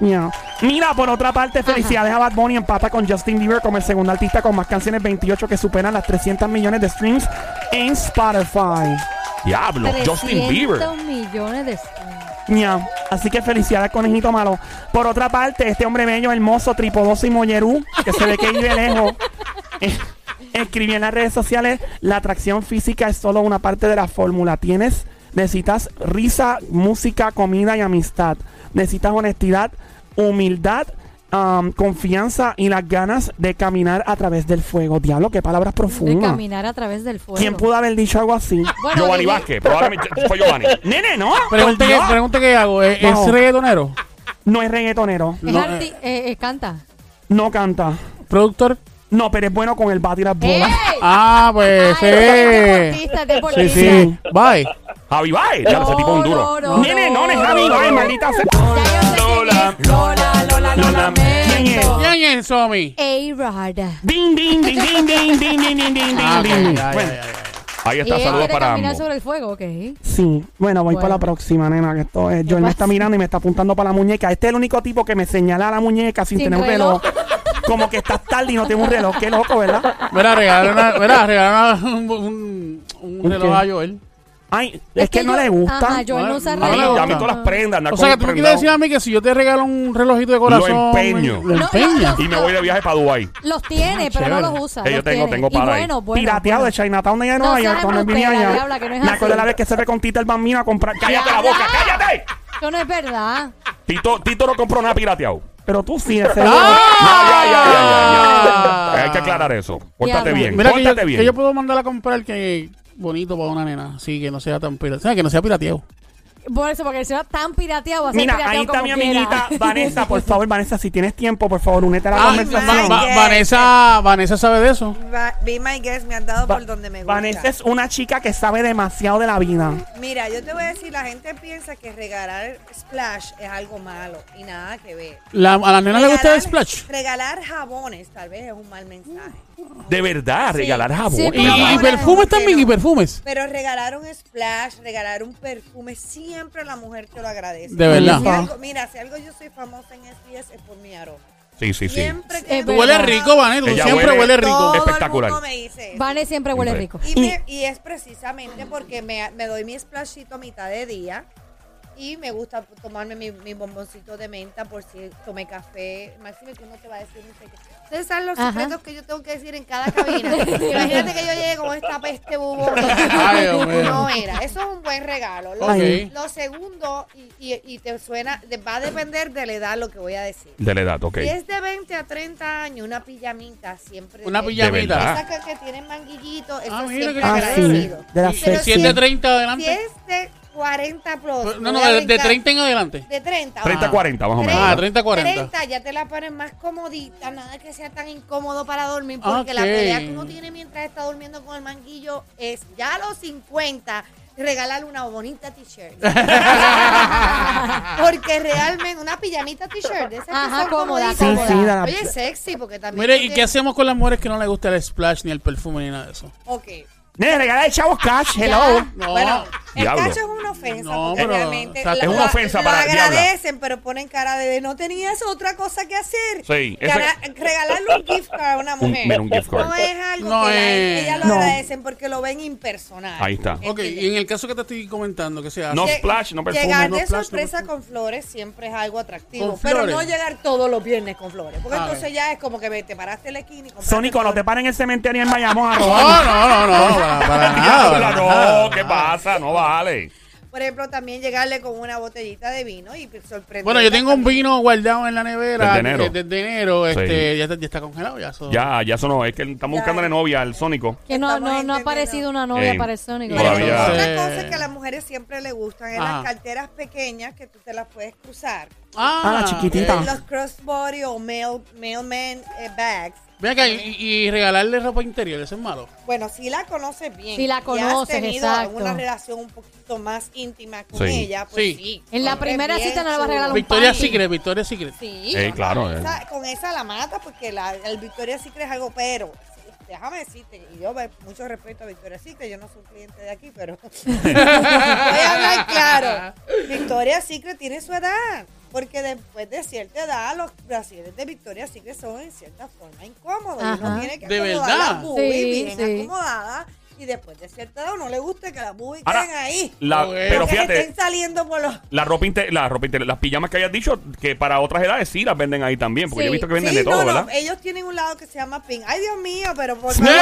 Speaker 3: Ñao. Mira, por otra parte, felicidades a Bad Bunny empata con Justin Bieber como el segundo artista con más canciones 28 que superan las 300 millones de streams en Spotify.
Speaker 1: Diablo, Justin Bieber.
Speaker 4: 300 millones de streams.
Speaker 3: Ñao. Así que felicidades, conejito malo. Por otra parte, este hombre bello, hermoso, tripodoso y mollerú, que se ve que vive lejos, eh, escribió en las redes sociales, la atracción física es solo una parte de la fórmula. Tienes, necesitas risa, música, comida y amistad. Necesitas honestidad, humildad, am, confianza y las ganas de caminar a través del fuego. Diablo, qué palabras
Speaker 4: De
Speaker 3: profundas.
Speaker 4: caminar a través del fuego.
Speaker 3: ¿Quién pudo haber dicho algo así?
Speaker 4: Bueno,
Speaker 1: Giovanni
Speaker 4: dije-
Speaker 1: Vázquez, probablemente fue Giovanni.
Speaker 3: Nene, no.
Speaker 2: Pregunta
Speaker 3: por
Speaker 2: que,
Speaker 3: Dios.
Speaker 2: pregunta que hago. ¿Es, es
Speaker 3: No.
Speaker 2: reggaetonero?
Speaker 3: No es reggaetonero.
Speaker 4: Es
Speaker 2: No,
Speaker 4: arti- eh, eh, canta.
Speaker 3: No canta.
Speaker 2: ¿Productor?
Speaker 3: No, pero es bueno con el bate y las bolas.
Speaker 4: ¡Ey!
Speaker 2: Ah,
Speaker 4: Ay,
Speaker 2: pues
Speaker 4: es
Speaker 2: sí.
Speaker 4: deportista, es deportista.
Speaker 2: Sí, sí. Bye.
Speaker 1: Javi Baez, diablo, ese tipo es un duro.
Speaker 4: No, no,
Speaker 3: Nene, no, eh. no es Javi Baez, maldita sea.
Speaker 4: Ya yo sé
Speaker 1: Lola,
Speaker 4: quién es. Lola, Lola, lo
Speaker 1: Lola.
Speaker 3: ¿Quién es?
Speaker 4: lamento.
Speaker 2: ¿Quién es Somi?
Speaker 4: A-Rod.
Speaker 3: Ding, ding, ding, ding, ding, ding, ding, ding, ding,
Speaker 2: Ah, ok,
Speaker 3: ding, ding.
Speaker 2: ya, ya,
Speaker 3: Bueno,
Speaker 2: ya, ya.
Speaker 1: Ahí
Speaker 4: Y
Speaker 1: está,
Speaker 4: él
Speaker 1: saludos
Speaker 4: quiere
Speaker 1: para
Speaker 4: caminar
Speaker 1: ambos.
Speaker 4: sobre el fuego, ok.
Speaker 3: Sí, bueno, voy
Speaker 4: Bueno.
Speaker 3: para la próxima, nena, que esto es.
Speaker 4: ¿Qué
Speaker 3: Joel me
Speaker 4: pasa?
Speaker 3: está mirando y me está apuntando para la muñeca. Este es el único tipo que me señala a la muñeca sin,
Speaker 4: Sin
Speaker 3: tener un reloj.
Speaker 4: reloj.
Speaker 3: Como que estás tarde y no tengo un reloj. Qué loco, ¿verdad?
Speaker 2: Mira, regalar una, mira, regalar una- un, un, un
Speaker 3: ¿Un
Speaker 2: reloj
Speaker 3: qué?
Speaker 2: a Joel.
Speaker 3: Ay, es, que, no
Speaker 4: yo-
Speaker 3: le gusta.
Speaker 4: Ajá, yo no usa
Speaker 2: No le
Speaker 1: Ay,
Speaker 4: reloj.
Speaker 1: dame todas las prendas, anda
Speaker 2: O sea, que
Speaker 1: con
Speaker 2: tú me quieres
Speaker 1: prendado.
Speaker 2: decir a mí que si yo te regalo un relojito de corazón.
Speaker 1: empeño.
Speaker 2: Lo
Speaker 4: No,
Speaker 2: empeño.
Speaker 4: no,
Speaker 1: Y me voy de viaje para Dubái.
Speaker 4: Los tiene,
Speaker 2: Ah,
Speaker 4: pero no
Speaker 2: chévere.
Speaker 4: los usa.
Speaker 1: Eh, yo
Speaker 4: los
Speaker 1: tengo-
Speaker 4: tiene.
Speaker 1: tengo
Speaker 4: y
Speaker 1: para ahí.
Speaker 4: bueno, bueno,
Speaker 3: Pirateado de
Speaker 4: bueno.
Speaker 3: Chinatown de allá de
Speaker 4: No
Speaker 3: Nueva
Speaker 4: seas
Speaker 3: York cuando vine
Speaker 4: embustera,
Speaker 3: allá.
Speaker 4: diabla, que no es
Speaker 3: me
Speaker 4: así.
Speaker 3: acuerdo la vez que se ve con Tito el Bambino a comprar.
Speaker 1: ¡Cállate la
Speaker 4: Diabla.
Speaker 1: boca, cállate!
Speaker 4: Eso no es verdad.
Speaker 1: Tito, Tito no compró nada pirateado.
Speaker 3: Pero tú sí, ese
Speaker 1: No, ya, ya, ya, ya,
Speaker 2: Ah.
Speaker 1: ya. Hay que aclarar eso. Pórtate
Speaker 4: Diablo.
Speaker 1: bien,
Speaker 2: Mira que yo,
Speaker 1: pórtate
Speaker 2: que yo
Speaker 1: bien.
Speaker 2: puedo mandar a comprar que bonito para una nena. Así que no sea tan pirateado. O sea, que no sea pirateado.
Speaker 4: Por eso, porque el señor tan pirateado va a ser
Speaker 3: Mira,
Speaker 4: pirateado
Speaker 3: ahí está
Speaker 4: como
Speaker 3: mi
Speaker 4: quiera.
Speaker 3: amiguita Vanessa. Por favor, Vanessa, si tienes tiempo, por favor, únete a la
Speaker 2: Ah,
Speaker 3: conversación.
Speaker 2: Va- Va- Vanessa, Vanessa sabe de eso.
Speaker 8: Va- Be My Guest me han dado por donde me gusta.
Speaker 3: Vanessa es una chica que sabe demasiado de la vida.
Speaker 8: Mira, yo te voy a decir, la gente piensa que regalar splash es algo malo y nada que ver.
Speaker 2: La- a las nenas les gusta el
Speaker 8: Regalar-
Speaker 2: splash.
Speaker 8: Regalar jabones tal vez es un mal mensaje.
Speaker 1: De verdad, regalar jabón.
Speaker 2: Y, y
Speaker 8: Ahora,
Speaker 2: perfumes también,
Speaker 8: pero-
Speaker 2: y perfumes.
Speaker 8: Pero regalar un splash, regalar un perfume, siempre la mujer te lo agradece.
Speaker 2: De verdad.
Speaker 8: Si algo- mira, si algo yo soy famosa en SBS es por mi aroma.
Speaker 1: Sí, sí, sí.
Speaker 8: Siempre
Speaker 4: Es
Speaker 2: Tú
Speaker 4: verdad.
Speaker 2: hueles rico, Vanessa. Tú
Speaker 1: Ella
Speaker 2: siempre
Speaker 1: huele-
Speaker 2: hueles
Speaker 8: Todo
Speaker 2: rico.
Speaker 8: el
Speaker 1: Espectacular.
Speaker 8: mundo me dice eso.
Speaker 4: Vane siempre huele rico.
Speaker 8: Y, me- y es precisamente porque me, me doy mi splashito a mitad de día y me gusta tomarme mi, mi bomboncito de menta por si tomé café. Máximo, tú no te va a decir ni sé qué. Ustedes saben los
Speaker 4: Ajá.
Speaker 8: secretos que yo tengo que decir en cada cabina. Imagínate que yo llegue con esta peste bubón.
Speaker 2: Ay, Dios mío.
Speaker 8: no era. Eso es un buen regalo. Lo,
Speaker 2: Ok.
Speaker 8: lo segundo, y, y- y te suena, de- va a depender de la edad lo que voy a decir.
Speaker 1: De la edad, ok.
Speaker 8: Si es de 20 a 30 años, una pijamita siempre.
Speaker 2: Una
Speaker 8: te-
Speaker 1: verdad.
Speaker 2: pijamita.
Speaker 8: esas que- que tienen manguillito, eso
Speaker 2: Ah, mira
Speaker 8: siempre
Speaker 2: qué
Speaker 3: Ah, sí.
Speaker 8: agradecido.
Speaker 3: De la
Speaker 8: Pero
Speaker 3: sexy.
Speaker 8: si
Speaker 2: Si es de 30
Speaker 8: Si
Speaker 2: adelante.
Speaker 8: es de 40 plus.
Speaker 2: No, no,
Speaker 8: voy a
Speaker 2: de, de
Speaker 8: brincar.
Speaker 2: 30 en adelante.
Speaker 8: De
Speaker 1: 30,
Speaker 8: 30. vamos.
Speaker 1: 40, más o menos.
Speaker 2: Ah, 30, 40.
Speaker 8: 30 ya te la ponen más comodita, nada que sea tan incómodo para dormir, porque la
Speaker 2: Ok.
Speaker 8: pelea que uno tiene mientras está durmiendo con el manguillo es ya a los 50 regalarle una bonita t-shirt. porque realmente una pijamita t-shirt, de esas que
Speaker 4: Ajá,
Speaker 8: son
Speaker 4: cómoda,
Speaker 8: comoditas.
Speaker 3: cómoda. Sí, sí, de la-
Speaker 8: Oye, sexy, porque también...
Speaker 2: Mire,
Speaker 8: tú
Speaker 2: ¿y qué
Speaker 8: tienes-
Speaker 2: hacemos con las mujeres que no les gusta el splash, ni el perfume, ni nada de eso?
Speaker 8: Ok.
Speaker 3: Nene, regala de chavos cash,
Speaker 8: Ah,
Speaker 3: hello.
Speaker 4: Ya.
Speaker 2: No.
Speaker 8: Bueno, el
Speaker 1: Diablo.
Speaker 8: cacho es una ofensa.
Speaker 2: Oh, No,
Speaker 8: porque
Speaker 2: pero,
Speaker 8: realmente
Speaker 2: o sea,
Speaker 8: lo-
Speaker 2: es
Speaker 1: una
Speaker 8: lo-
Speaker 1: ofensa
Speaker 8: lo
Speaker 1: para Diabla.
Speaker 8: agradecen, pero ponen cara de no tenías otra cosa que hacer.
Speaker 1: Sí, ese-
Speaker 8: Gana- regalarle un gift card a una
Speaker 1: Un,
Speaker 8: mujer.
Speaker 1: mira, un gift
Speaker 8: no
Speaker 1: card.
Speaker 8: es algo
Speaker 2: No
Speaker 8: que la-
Speaker 2: es-
Speaker 8: ellas lo
Speaker 3: No.
Speaker 8: agradecen porque lo ven impersonal.
Speaker 1: Ahí está.
Speaker 2: Ok, y en el caso que te estoy comentando, que sea
Speaker 1: No
Speaker 8: Lle-
Speaker 1: splash, no perfume.
Speaker 8: Llegar de
Speaker 2: no splash, no
Speaker 8: sorpresa
Speaker 2: perfume.
Speaker 8: con flores siempre es algo atractivo.
Speaker 2: Con
Speaker 8: Pero
Speaker 2: flores.
Speaker 8: no llegar todos los viernes con flores. Porque
Speaker 2: A ver.
Speaker 8: entonces ya es como que ve, te paraste en la esquina y compraste
Speaker 3: Sónico, no te
Speaker 8: flores.
Speaker 3: paren en el cementerio en Bayamón a robar.
Speaker 2: No, no, no, no, para, para nada. para
Speaker 1: no,
Speaker 2: nada.
Speaker 1: ¿qué pasa? No vale.
Speaker 8: Por ejemplo, también llegarle con una botellita de vino y sorprender.
Speaker 2: Bueno, yo tengo un vino guardado en la nevera
Speaker 1: Desde enero.
Speaker 2: eh, desde enero,
Speaker 1: Sí.
Speaker 2: este, ya, está, ya está congelado, ya. eso-
Speaker 1: Ya, ya eso no. Es que estamos
Speaker 8: Ya.
Speaker 1: buscándole novia al Sónico.
Speaker 4: Que no,
Speaker 8: Estamos
Speaker 4: no, no ha
Speaker 8: entendiendo.
Speaker 4: aparecido una novia
Speaker 1: Ey,
Speaker 4: para el Sónico.
Speaker 8: Pero
Speaker 1: Todavía.
Speaker 4: Ah.
Speaker 8: entonces,
Speaker 2: Eh.
Speaker 8: otra cosa que a las mujeres siempre le gustan es
Speaker 2: Ajá.
Speaker 8: las carteras pequeñas que tú te las puedes cruzar.
Speaker 2: Ah,
Speaker 3: Ah, la chiquitita.
Speaker 2: ok.
Speaker 8: Los crossbody o mail, mailman eh, bags.
Speaker 2: Ven acá, y, y regalarle ropa interior, eso es malo.
Speaker 8: Bueno, si la conoces bien.
Speaker 4: Si la conoces,
Speaker 8: Y has tenido
Speaker 4: exacto.
Speaker 8: una relación un poquito más íntima con
Speaker 1: Sí.
Speaker 8: ella, pues
Speaker 2: Sí.
Speaker 8: sí.
Speaker 4: En la primera
Speaker 8: bien
Speaker 4: cita no le vas a regalar un
Speaker 8: chulo.
Speaker 2: Victoria
Speaker 4: panty.
Speaker 2: Secret, Victoria Secret.
Speaker 8: Sí.
Speaker 1: Eh, claro, eh.
Speaker 8: Esa- con esa la mata porque la, el Victoria Secret es algo, pero déjame decirte, y yo ve- mucho respeto a Victoria Secret, yo no soy cliente de aquí, pero voy a hablar claro. Victoria Secret tiene su edad. Porque después de cierta edad, los brasileños de Victoria sí que son en cierta forma incómodos. Y
Speaker 4: Ajá.
Speaker 8: uno tiene que
Speaker 2: ¿De
Speaker 8: acomodar
Speaker 2: verdad?
Speaker 8: las boobies
Speaker 4: Sí,
Speaker 8: bien
Speaker 4: sí.
Speaker 8: acomodadas. Y después de cierta edad, no le gusta que las boobies
Speaker 1: Ahora,
Speaker 8: queden ahí.
Speaker 1: la-
Speaker 2: Ok.
Speaker 1: pero
Speaker 8: eh. que
Speaker 1: fíjate,
Speaker 8: estén saliendo por los...
Speaker 1: la ropa, inte- la ropa inte- las pijamas que hayas dicho, que para otras edades sí las venden ahí también, porque
Speaker 4: Sí,
Speaker 1: yo he visto que venden
Speaker 8: Sí,
Speaker 1: de todo,
Speaker 8: no, no,
Speaker 1: ¿verdad?
Speaker 8: ellos tienen un lado que se llama pink. Ay, Dios mío, pero por
Speaker 2: Sí.
Speaker 8: favor.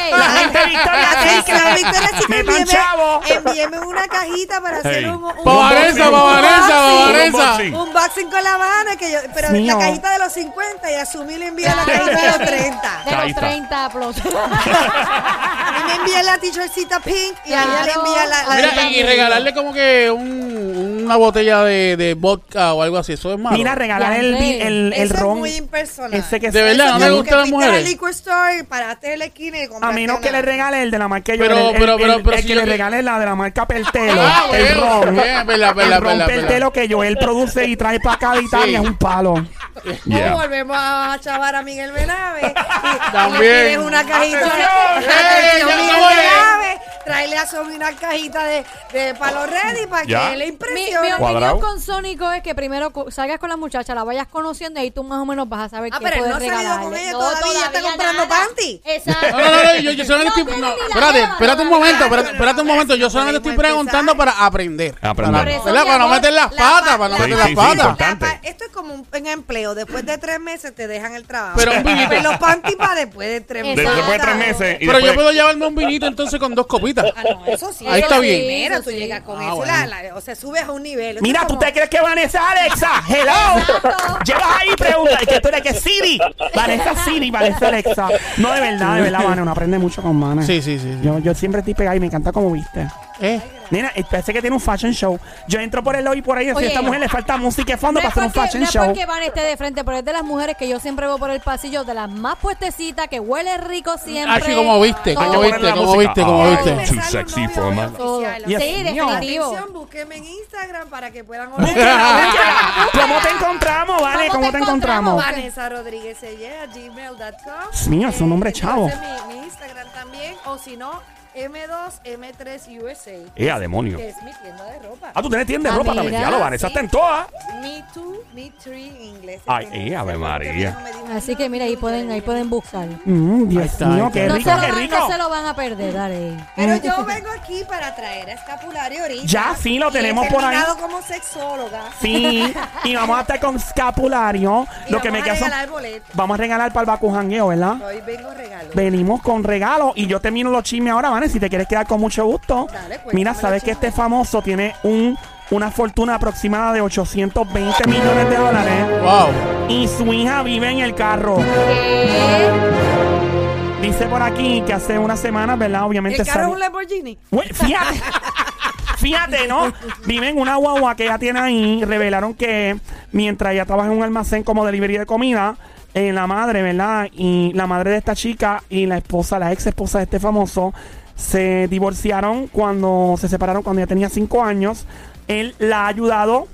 Speaker 4: Ey,
Speaker 3: La gente de Victoria
Speaker 8: La gente
Speaker 3: Secret.
Speaker 8: de Victoria Secret,
Speaker 3: Metan
Speaker 8: envíeme-
Speaker 3: chavo.
Speaker 8: envíeme una cajita para hacer
Speaker 1: Ey.
Speaker 8: un, un,
Speaker 2: Pa' Vanessa, pa' Vanessa, pa'
Speaker 8: unboxing.
Speaker 2: Vanessa.
Speaker 1: Unboxing.
Speaker 8: Un boxing con la Habana, que yo, pero
Speaker 3: Mío.
Speaker 8: la cajita de los 50 y asumí le envía la cajita de los 30.
Speaker 4: De
Speaker 1: Ahí
Speaker 4: los
Speaker 1: está.
Speaker 4: 30 plus.
Speaker 8: A mí me envía la t-shirtcita pink y a ella le
Speaker 4: Claro.
Speaker 8: envía la. la-
Speaker 2: Mira,
Speaker 8: la-
Speaker 2: y, y regalarle como que un- una botella de, de vodka o algo así, eso es malo.
Speaker 3: Mira, regalar el, vi- el, el
Speaker 8: Eso es
Speaker 3: ron.
Speaker 8: muy impersonal.
Speaker 3: Ese que
Speaker 2: De verdad, no
Speaker 8: Como
Speaker 2: me
Speaker 8: que
Speaker 2: gustan las
Speaker 8: fuiste a la
Speaker 2: mujeres.
Speaker 8: liquor store, paraste en la esquina y
Speaker 3: A
Speaker 8: compraste
Speaker 3: menos que
Speaker 8: una-
Speaker 3: le regale el de la marca yo.
Speaker 2: Pero-
Speaker 3: el, el-
Speaker 2: pero- pero-
Speaker 3: el-
Speaker 2: pero
Speaker 3: el
Speaker 2: si
Speaker 3: que
Speaker 2: yo
Speaker 3: le
Speaker 2: que-
Speaker 3: regale la de la marca Pertelo.
Speaker 2: Ah,
Speaker 3: el
Speaker 2: bueno,
Speaker 3: ron.
Speaker 2: bien, verdad, verdad,
Speaker 3: el ron
Speaker 2: verdad,
Speaker 3: Pertelo
Speaker 2: verdad.
Speaker 3: que Joel produce y trae para acá de Italia
Speaker 2: Sí.
Speaker 3: es un palo.
Speaker 8: O
Speaker 1: Yeah.
Speaker 8: volvemos a chavar a Miguel Benave.
Speaker 2: También.
Speaker 8: Tienes una cajita de.
Speaker 2: ¡Atención!
Speaker 8: Atención,
Speaker 2: ¡Eh, ya
Speaker 8: Miguel
Speaker 2: lo voy!
Speaker 8: Benave. Tráele a Somi una cajita de, de palo ready para
Speaker 1: Ya.
Speaker 8: que le
Speaker 4: Mi, mi
Speaker 8: impresione.
Speaker 1: Cuadrado.
Speaker 4: opinión con Sónico es que primero cu- salgas con la muchacha, la vayas conociendo y ahí tú más o menos vas a saber
Speaker 8: Ah,
Speaker 4: qué
Speaker 8: pero él
Speaker 4: puedes
Speaker 8: no ha salido
Speaker 4: regalarle.
Speaker 8: con ella todavía, está comprando
Speaker 4: nada.
Speaker 8: panty.
Speaker 4: Exacto.
Speaker 2: No, no, no, no, yo, yo solamente estoy. no,
Speaker 4: tiene ni la
Speaker 2: espérate,
Speaker 4: jeva
Speaker 2: espérate un
Speaker 4: todavía.
Speaker 2: momento,
Speaker 8: Claro,
Speaker 2: espérate, espérate un
Speaker 8: no,
Speaker 2: momento. Yo
Speaker 8: eso
Speaker 2: solamente estoy
Speaker 8: podemos
Speaker 2: preguntando
Speaker 8: empezar.
Speaker 2: para aprender.
Speaker 1: Aprender.
Speaker 2: Para,
Speaker 1: Por eso,
Speaker 2: ¿verdad?
Speaker 4: mi
Speaker 2: Para no
Speaker 4: amor,
Speaker 2: meter las
Speaker 8: la
Speaker 2: patas,
Speaker 8: pa-
Speaker 2: para no
Speaker 8: la
Speaker 2: meter
Speaker 1: pa-
Speaker 2: las
Speaker 1: sí, sí,
Speaker 2: patas.
Speaker 1: importante.
Speaker 8: La pa- Esto es como un, un empleo. Después de tres meses te dejan el trabajo.
Speaker 2: Pero un vinito.
Speaker 8: Pues los panty para después de tres meses.
Speaker 1: De- Después de pues, tres meses. y
Speaker 2: Pero yo
Speaker 1: después-
Speaker 2: puedo llevarme un vinito entonces con dos copitas.
Speaker 8: Ah, no, eso sí.
Speaker 2: Ahí
Speaker 8: eso
Speaker 2: está
Speaker 8: es la
Speaker 2: bien.
Speaker 8: primera,
Speaker 4: Eso
Speaker 8: tú
Speaker 4: sí.
Speaker 8: llegas con
Speaker 2: Ah,
Speaker 8: eso.
Speaker 2: bueno.
Speaker 8: la- la- o sea, subes a un nivel. Eso
Speaker 3: Mira,
Speaker 8: es
Speaker 3: ¿tú
Speaker 8: como-
Speaker 3: te crees que Vanessa es Alexa? ¡Hello!
Speaker 4: Exacto.
Speaker 3: Llevas ahí preguntas. ¿Y que tú eres que Siri? Vanessa Siri, Vanessa Alexa. No, de verdad, de verdad, Vane. Uno aprende mucho con Vane.
Speaker 2: Sí, sí, sí, sí.
Speaker 3: Yo, yo siempre estoy pegada y me encanta cómo viste.
Speaker 2: Eh,
Speaker 3: Nena, eh, parece que tiene un fashion show. Yo entro por el lobby por ahí y decía,
Speaker 4: Oye.
Speaker 3: esta mujer le falta música de fondo para
Speaker 4: No es
Speaker 3: hacer un
Speaker 4: porque-
Speaker 3: fashion
Speaker 4: no es
Speaker 3: show.
Speaker 4: porque Van esté de frente, pero es de las mujeres que yo siempre veo por el pasillo, de las más puestecitas, que huele rico siempre.
Speaker 2: así como viste,
Speaker 4: Todo.
Speaker 1: Hay
Speaker 2: como
Speaker 1: que
Speaker 2: viste,
Speaker 1: ponerle la
Speaker 2: como
Speaker 1: música.
Speaker 2: viste, como
Speaker 1: Ah,
Speaker 8: Ay, me
Speaker 2: viste.
Speaker 1: Too
Speaker 8: sale un
Speaker 1: sexy
Speaker 8: novio
Speaker 1: for
Speaker 8: hoy
Speaker 1: my-
Speaker 4: Todo.
Speaker 8: oficial, o
Speaker 3: Yes,
Speaker 4: Sí,
Speaker 3: mío.
Speaker 4: definitivo.
Speaker 8: Atención, búsquenme en Instagram para que puedan
Speaker 3: Búsquela,
Speaker 8: oler.
Speaker 3: búsquela. ¿Cómo te encontramos, Vane? ¿Cómo te encontramos?
Speaker 8: Vanessa Rodríguez Selle, a gmail.com.
Speaker 3: Dios mío, es un hombre chavo.
Speaker 8: entonces Mi, mi Instagram también, o si no, M2, M3 USA.
Speaker 1: ¡Eh, a demonio!
Speaker 8: Que es mi tienda de ropa.
Speaker 1: Ah, tú tienes tienda de
Speaker 4: Ah,
Speaker 1: ropa
Speaker 4: mira,
Speaker 1: también. Ya lo, Vanessa
Speaker 8: sí.
Speaker 1: está en todas.
Speaker 8: Me too, me three en inglés.
Speaker 1: Ay,
Speaker 8: Entonces,
Speaker 1: eh, Ave
Speaker 8: seguro que
Speaker 1: María.
Speaker 8: mi hijo me dijo,
Speaker 4: Así que mira, ahí pueden, ahí pueden buscar. No
Speaker 3: Mm, Dios
Speaker 2: Ahí está,
Speaker 3: mío,
Speaker 2: ahí
Speaker 3: qué
Speaker 2: está.
Speaker 3: rico,
Speaker 4: se, lo
Speaker 3: qué
Speaker 4: van,
Speaker 3: rico.
Speaker 4: no se lo van a perder, dale.
Speaker 8: Pero yo vengo aquí para traer a escapulario ahorita.
Speaker 3: Ya, sí, lo
Speaker 8: Y he
Speaker 3: tenemos por ahí.
Speaker 8: terminado como sexóloga.
Speaker 3: Sí, y vamos a estar con escapulario.
Speaker 8: Y
Speaker 3: Lo que me
Speaker 8: vamos a
Speaker 3: queda son-
Speaker 8: regalar boletos.
Speaker 3: Vamos a regalar para el bacujangueo, ¿verdad?
Speaker 8: Hoy vengo regalo.
Speaker 3: Venimos con regalos y yo termino los chismes ahora, Vane. Si te quieres quedar con mucho gusto.
Speaker 8: Dale, cuéntame
Speaker 3: Mira,
Speaker 8: los
Speaker 3: sabes que
Speaker 8: chismes.
Speaker 3: este famoso tiene un, una fortuna aproximada de 820 millones de dólares.
Speaker 2: Wow.
Speaker 3: y su hija vive en el carro. Dice por aquí que hace unas semanas, ¿verdad? Obviamente
Speaker 8: El carro es
Speaker 3: salió-
Speaker 8: un Lamborghini.
Speaker 3: Güey, Fíjate. Fíjate, ¿no? Vive en una guagua que ella tiene ahí. Revelaron que mientras ella trabaja en un almacén como delivery de comida, eh, la madre, ¿verdad? Y la madre de esta chica y la esposa, la ex esposa de este famoso, se divorciaron cuando se separaron cuando ella tenía cinco años. Él la ha ayudado,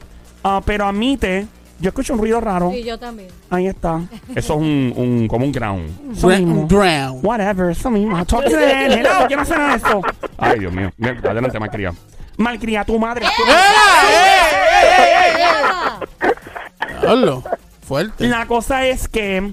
Speaker 3: ah, pero admite. Yo escucho un ruido raro.
Speaker 4: Y yo también.
Speaker 3: Ahí está.
Speaker 1: Eso es un, un- como un ground.
Speaker 3: Eso mismo.
Speaker 2: Drown.
Speaker 3: Whatever, eso mismo. I Talk to them. Hello, yo no sé nada de eso.
Speaker 1: Ay, Dios mío. Bien, Adelante, más cría.
Speaker 3: Malcria tu madre. tu-
Speaker 4: Ah,
Speaker 2: Hablo. Fuerte.
Speaker 3: La cosa es que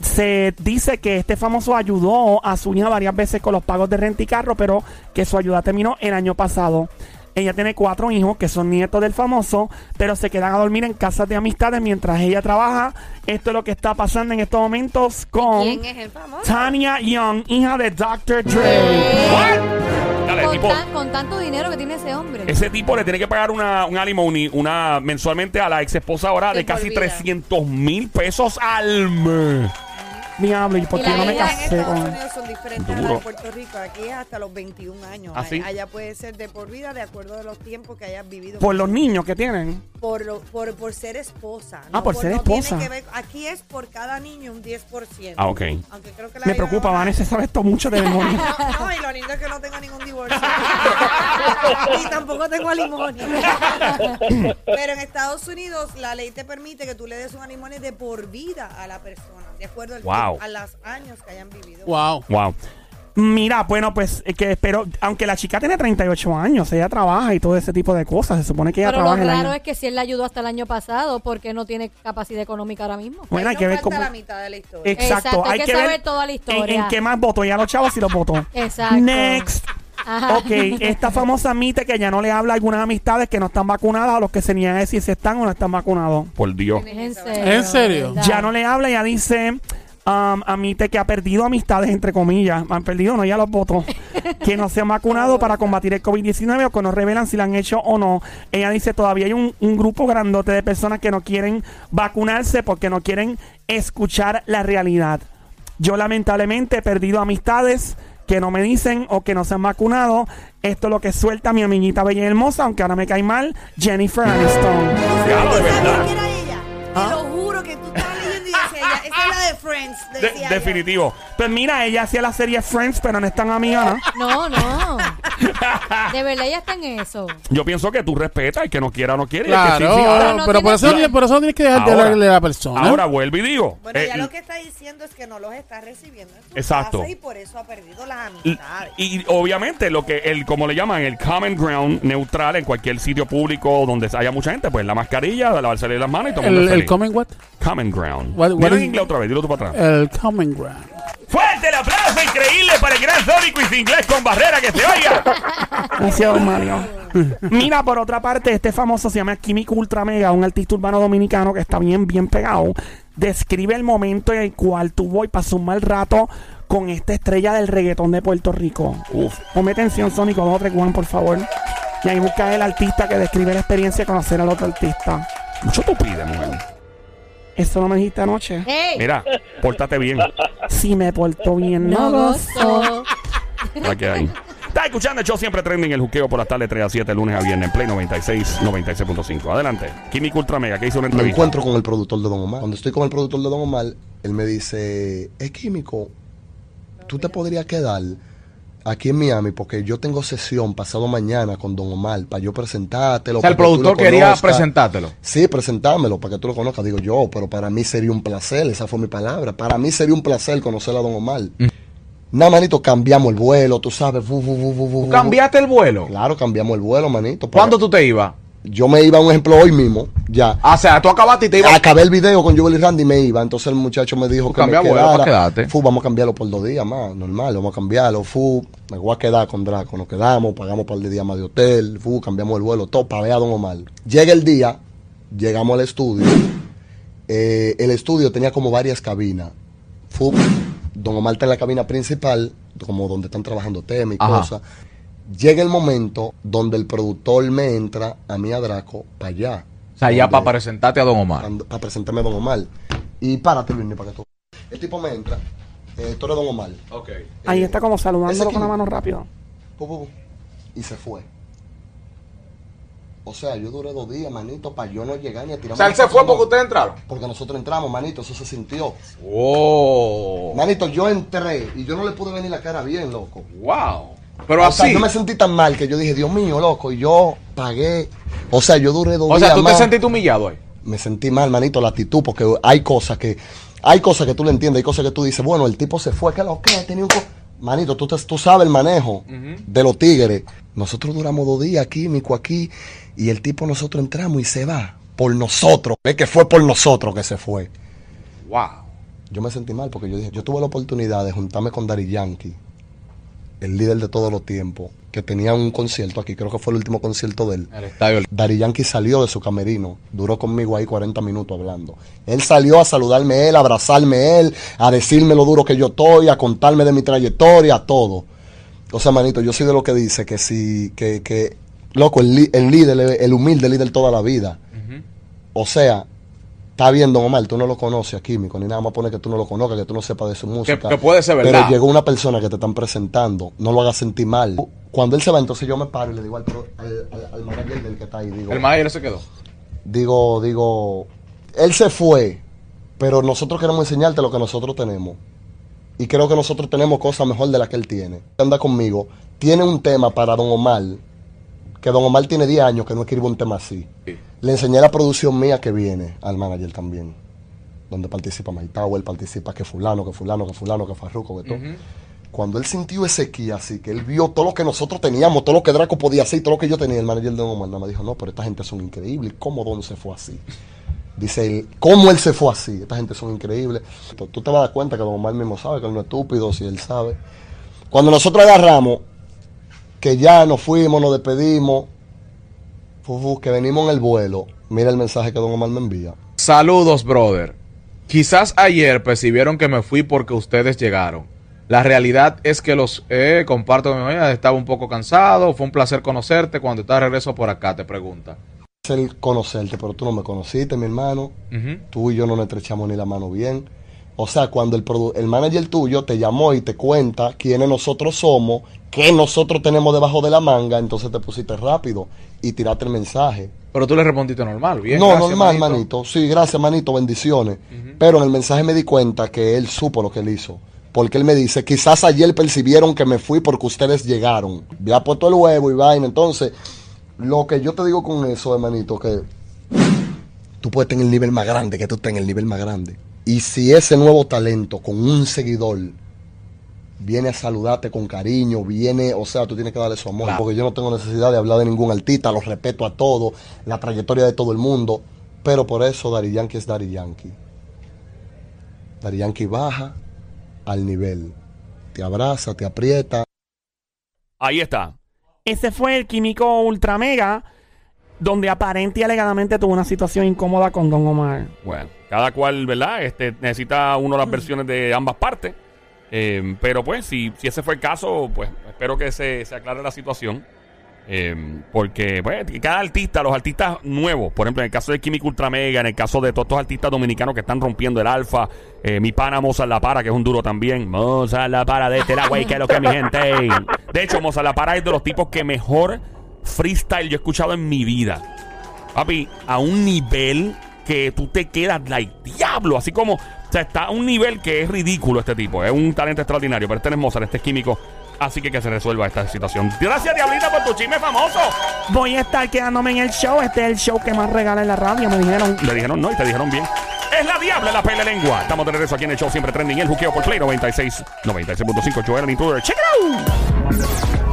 Speaker 3: se dice que este famoso ayudó a su hija varias veces con los pagos de renta y carro, pero que su ayuda terminó el año pasado. Ella tiene cuatro hijos que son nietos del famoso, pero se quedan a dormir en casas de amistades mientras ella trabaja. Esto es lo que está pasando en estos momentos con
Speaker 8: ¿Quién es el famoso?
Speaker 3: Tania Young, hija de Dr. Dre.
Speaker 1: Dale,
Speaker 4: con,
Speaker 1: tipo.
Speaker 4: tan- con tanto dinero que tiene ese hombre.
Speaker 1: Ese tipo le tiene que pagar una, un alimony una, mensualmente a la ex esposa ahora
Speaker 8: Se
Speaker 1: de casi
Speaker 8: olvida.
Speaker 1: 300 mil pesos al mes.
Speaker 3: Diablo, ¿y por
Speaker 4: Y
Speaker 3: qué
Speaker 4: la
Speaker 3: no me
Speaker 4: hija
Speaker 8: Allá en
Speaker 3: casé
Speaker 8: Estados
Speaker 3: con
Speaker 8: Unidos son diferentes a las
Speaker 1: Duro.
Speaker 8: de Puerto Rico. Aquí es hasta los 21 años.
Speaker 1: ¿Ah, sí?
Speaker 8: Allá puede ser de por vida, de acuerdo a los tiempos que hayas vivido.
Speaker 3: Por los niños que tienen.
Speaker 8: por, lo- por, por ser esposa.
Speaker 3: Ah, por ser
Speaker 8: no tiene
Speaker 3: esposa.
Speaker 8: que ver- aquí es por cada niño un 10%.
Speaker 1: Ah, ok.
Speaker 8: Aunque creo que la
Speaker 3: Me
Speaker 8: ley no-
Speaker 3: preocupa, Vanessa sabe esto mucho de memoria.
Speaker 8: No, no, y lo lindo es que no tengo ningún divorcio. y tampoco tengo alimonio. Pero en Estados Unidos la ley te permite que tú le des un alimonio de por vida a la persona, de acuerdo al
Speaker 1: Wow.
Speaker 8: a los años que hayan vivido.
Speaker 2: Wow.
Speaker 1: Wow.
Speaker 3: Mira, bueno, pues eh, que espero, aunque la chica tiene 38 años, ella trabaja y todo ese tipo de cosas, se supone que ella
Speaker 4: Pero lo
Speaker 3: trabaja el
Speaker 4: raro
Speaker 3: año.
Speaker 4: es que si él la ayudó hasta el año pasado, porque no tiene capacidad económica ahora mismo?
Speaker 3: Bueno, hay
Speaker 8: Nos
Speaker 3: que ver
Speaker 8: Pues
Speaker 3: cómo...
Speaker 8: falta
Speaker 3: Eh,
Speaker 8: la mitad de la historia.
Speaker 3: Exacto,
Speaker 4: Exacto, hay que
Speaker 3: ver
Speaker 4: saber toda la
Speaker 3: en- En,
Speaker 4: historia.
Speaker 3: qué más votó ya los chavos si los votó.
Speaker 4: Exacto.
Speaker 3: Next.
Speaker 4: Ajá.
Speaker 3: Ok, este- esta famosa admite que ya no le habla a algunas amistades que no están vacunadas a los que se niegan a decir si están o no están vacunados.
Speaker 1: Por Dios.
Speaker 4: Es en serio.
Speaker 2: ¿En serio?
Speaker 4: ¿verdad?
Speaker 3: Ya no le habla, ya dice, um, admite que ha perdido amistades, entre comillas. Han perdido, no, ya los votó. que no se han vacunado para combatir el COVID-19 o que no revelan si la han hecho o no. Ella dice, todavía hay un, un grupo grandote de personas que no quieren vacunarse porque no quieren escuchar la realidad. Yo lamentablemente he perdido amistades que no me dicen o que no se han vacunado. Esto es lo que suelta mi amiguita bella y hermosa, aunque ahora me cae mal, Jennifer Aniston.
Speaker 1: Ya, de verdad.
Speaker 8: que era ella? Te lo juro que tú estabas leyendo y decía ella. Esa es la de Friends.
Speaker 1: De-
Speaker 8: decía ella.
Speaker 1: definitivo.
Speaker 3: Pues mira, ella hacía la serie Friends, pero no es tan amiga, ¿no?
Speaker 4: No, no. De verdad ya está en eso.
Speaker 1: Yo pienso que tú respetas el que no quiera, no quiere. y el que sí,
Speaker 2: Claro,
Speaker 1: sí.
Speaker 4: Pero
Speaker 2: pero,
Speaker 4: no
Speaker 2: por,
Speaker 4: tiene-
Speaker 2: eso, no- por eso no tienes que dejar de
Speaker 1: Ahora-
Speaker 2: hablarle a la persona.
Speaker 1: Ahora vuelvo y digo.
Speaker 8: Bueno,
Speaker 1: eh,
Speaker 8: ya lo que está diciendo es que no los está recibiendo en su
Speaker 1: Exacto.
Speaker 8: casa y por eso ha perdido las
Speaker 1: L-
Speaker 8: amistades.
Speaker 1: Y obviamente lo que el como le llaman el common ground neutral en cualquier sitio público donde haya mucha gente, pues la mascarilla, lavarse las manos y todo el
Speaker 2: el,
Speaker 1: mundo
Speaker 2: el
Speaker 1: feliz.
Speaker 2: common what?
Speaker 1: common ground.
Speaker 2: What- what
Speaker 1: Dilo en
Speaker 2: is-
Speaker 1: inglés otra vez, dilo tú para atrás.
Speaker 2: El common ground.
Speaker 1: Fuerte el aplauso increíble para el gran Sónico y sin inglés con barrera que se oiga.
Speaker 3: Gracias, don Mario. Mira, por otra parte, este famoso se llama Químico Ultra Mega, un artista urbano dominicano que está bien, bien pegado. Describe el momento en el cual tuvo y pasó un mal rato con esta estrella del reggaetón de Puerto Rico.
Speaker 1: Uf.
Speaker 3: Ponme atención, Sónico 231, por favor. Y ahí busca el artista que describe la experiencia de conocer al otro artista.
Speaker 1: Mucho tú pides, mujer.
Speaker 3: Eso no me dijiste anoche.
Speaker 4: ¡Ey!
Speaker 1: Mira, pórtate bien.
Speaker 3: Si me portó bien, no
Speaker 4: No gozo.
Speaker 1: Aquí ahí. Está escuchando el show siempre trending el juqueo por las tardes 3 a 7, lunes a viernes en Play 96, 96.5. Adelante. Químico Ultra Mega, que hizo una
Speaker 9: Me
Speaker 1: entrevista.
Speaker 9: encuentro con el productor de Don Omar. Cuando estoy con el productor de Don Omar, él me dice, es químico, tú te podrías quedar aquí en Miami porque yo tengo sesión pasado mañana con Don Omar para yo presentártelo.
Speaker 10: O sea, el
Speaker 9: para que tú lo
Speaker 10: productor quería
Speaker 9: conozcas".
Speaker 10: presentártelo.
Speaker 9: Sí, presentármelo para que tú lo conozcas. Digo yo, pero para mí sería un placer, esa fue mi palabra. Para mí sería un placer conocer a Don Omar. Nada, manito, cambiamos el vuelo, tú sabes. bu, bu, bu, bu, bu,
Speaker 10: ¿Tú
Speaker 9: bu.
Speaker 10: cambiaste el vuelo?
Speaker 9: Claro, cambiamos el vuelo, manito. para-
Speaker 10: ¿Cuándo tú te ibas?
Speaker 9: Yo me iba, un ejemplo, hoy mismo, ya.
Speaker 10: Ah, o sea, tú acabaste y te ibas.
Speaker 9: Acabé el video con Jubilee Randy y me iba. Entonces el muchacho me dijo
Speaker 10: Tú
Speaker 9: que me
Speaker 10: cambia vuelo
Speaker 9: quedara.
Speaker 10: pa' quedarte.
Speaker 9: Fu, vamos a cambiarlo por dos días más, normal, vamos a cambiarlo. Fu, me voy a quedar con Draco, nos quedamos, pagamos un par de días más de hotel. Fu, cambiamos el vuelo, todo para ver a Don Omar. Llega el día, llegamos al estudio. Eh, el estudio tenía como varias cabinas. Fu, Don Omar está en la cabina principal, como donde están trabajando temas y
Speaker 10: Ajá.
Speaker 9: cosas. Llega el momento donde el productor me entra a mí a Draco para allá.
Speaker 10: O sea, ya
Speaker 9: Donde-
Speaker 10: para presentarte a Don Omar.
Speaker 9: para, presentarme a Don Omar. Y párate, Luis, para que tú. El tipo me entra. Eh, tú eres Don Omar.
Speaker 10: Ok.
Speaker 3: Ahí
Speaker 9: Eh,
Speaker 3: está como saludándolo
Speaker 9: ese
Speaker 3: con la
Speaker 9: Químico.
Speaker 3: mano rápido.
Speaker 9: Pu, pu, pu. Y se fue. O sea, yo duré dos días, manito, para yo no llegar ni a tirar.
Speaker 10: O sea, él se fue porque ustedes entraron.
Speaker 9: Porque nosotros entramos, manito, eso se sintió.
Speaker 10: Oh.
Speaker 9: Manito, yo entré y yo no le pude ver ni la cara bien, loco.
Speaker 10: Wow. Pero
Speaker 9: O sea,
Speaker 10: así.
Speaker 9: yo me sentí tan mal que yo dije, Dios mío, loco, y yo pagué. O sea, yo duré dos
Speaker 10: O
Speaker 9: días
Speaker 10: sea, tú te
Speaker 9: más.
Speaker 10: sentiste humillado ahí.
Speaker 9: me sentí mal, manito, la actitud, porque hay cosas que, hay cosas que tú le entiendes, hay cosas que tú dices, bueno, el tipo se fue, que lo que tenía un co- Manito, tú, te- tú sabes el manejo de los tigres. Nosotros duramos dos días aquí, mico aquí, y el tipo nosotros entramos y se va. Por nosotros. Es que fue por nosotros que se fue.
Speaker 10: Wow.
Speaker 9: Yo me sentí mal porque yo dije, yo tuve la oportunidad de juntarme con Dari Yankee, el líder de todos los tiempos, que tenía un concierto aquí, creo que fue el último concierto de él.
Speaker 10: El estadio.
Speaker 9: Dari Yankee salió de su camerino, duró conmigo ahí 40 minutos hablando. Él salió a saludarme él, a abrazarme él, a decirme lo duro que yo estoy, a contarme de mi trayectoria, todo. O sea, manito, yo soy de lo que dice que si, que, que loco, el, li- el líder, el humilde líder toda la vida. O sea, está bien, don Omar, tú no lo conoces a Químico, ni nada más pone que tú no lo conozcas, que tú no sepas de su música.
Speaker 10: que puede ser verdad.
Speaker 9: Pero llegó una persona que te están presentando, no lo hagas sentir mal. Cuando él se va, entonces yo me paro y le digo al, pro- al, al- al manager del que está ahí, digo,
Speaker 10: El manager se quedó.
Speaker 9: digo, digo, él se fue, pero nosotros queremos enseñarte lo que nosotros tenemos. Y creo que nosotros tenemos cosas mejor de las que él tiene. Anda conmigo, tiene un tema para Don Omar, que Don Omar tiene 10 años que no escribe un tema así.
Speaker 10: Sí.
Speaker 9: Le enseñé la producción mía que viene al manager también, donde participa Mike Tower, participa que fulano, que fulano, que fulano, que farruco, que todo. Cuando él sintió sequía así que él vio todo lo que nosotros teníamos, todo lo que Draco podía hacer, y todo lo que yo tenía, el manager de Don Omar nada más dijo, no, pero esta gente son increíbles, ¿cómo Don se fue así? Dice él, ¿cómo él se fue así? Esta gente son increíbles. Tú, tú te vas a dar cuenta que Don Omar mismo sabe que él no es estúpido, si él sabe. Cuando nosotros agarramos, que ya nos fuimos, nos despedimos, fu, fu, que venimos en el vuelo, mira el mensaje que Don Omar me envía.
Speaker 10: Saludos, brother. Quizás ayer percibieron que me fui porque ustedes llegaron. La realidad es que los eh, comparto mi memoria. Estaba un poco cansado. Fue un placer conocerte. Cuando estás de regreso por acá, te pregunta.
Speaker 9: Es el conocerte, pero tú no me conociste, mi hermano.
Speaker 10: Ujú.
Speaker 9: Tú y yo no nos estrechamos ni la mano bien. O sea, cuando el, produ- el manager tuyo te llamó y te cuenta quiénes nosotros somos, qué nosotros tenemos debajo de la manga, entonces te pusiste rápido y tiraste el mensaje.
Speaker 10: Pero tú le respondiste normal, bien.
Speaker 9: no,
Speaker 10: gracias,
Speaker 9: normal, manito.
Speaker 10: manito.
Speaker 9: Sí, gracias, manito, bendiciones. Pero en el mensaje me di cuenta que él supo lo que él hizo. Porque él me dice, quizás ayer percibieron que me fui porque ustedes llegaron. Ya puesto el huevo y vaina. Entonces, lo que yo te digo con eso, hermanito, que tú puedes tener el nivel más grande, que tú estés en el nivel más grande. Y si ese nuevo talento con un seguidor viene a saludarte con cariño, viene, o sea, tú tienes que darle su amor,
Speaker 10: Claro.
Speaker 9: porque yo no tengo necesidad de hablar de ningún artista, los respeto a todos, la trayectoria de todo el mundo, pero por eso Dari Yankee es Dari Yankee. Dari Yankee baja al nivel, te abraza, te aprieta.
Speaker 1: Ahí está.
Speaker 3: Ese fue el químico ultra mega, donde aparente y alegadamente tuvo una situación incómoda con Don Omar.
Speaker 1: Bueno, cada cual, ¿verdad? Este, necesita uno
Speaker 9: Mm.
Speaker 1: las versiones de ambas partes. Eh, pero pues, si, si ese fue el caso, pues espero que se, se aclare la situación. Eh, porque, pues, cada artista, los artistas nuevos, por ejemplo, en el caso de Químico Ultra Mega, en el caso de todos estos artistas dominicanos que están rompiendo el alfa, eh, mi pana Mozart La Para, que es un duro también. Mozart La Para de este lado, güey, que es lo que mi gente. De hecho, Mozart La Para es de los tipos que mejor freestyle yo he escuchado en mi vida. Papi, a un nivel que tú te quedas like diablo. Así como, o sea, está a un nivel que es ridículo este tipo. Es un talento extraordinario. Pero este no es Mozart, este es químico. Así que que se resuelva esta situación. Gracias, Diablita, por tu chisme famoso.
Speaker 3: Voy a estar quedándome en el show. Este es el show que más regala en la radio, me dijeron.
Speaker 1: Le dijeron no y te dijeron bien. Es la diabla la pele lengua. Estamos de regreso aquí en el show siempre trending. El juqueo por Play 96, 96.5. Joel el Intruder. Check it out.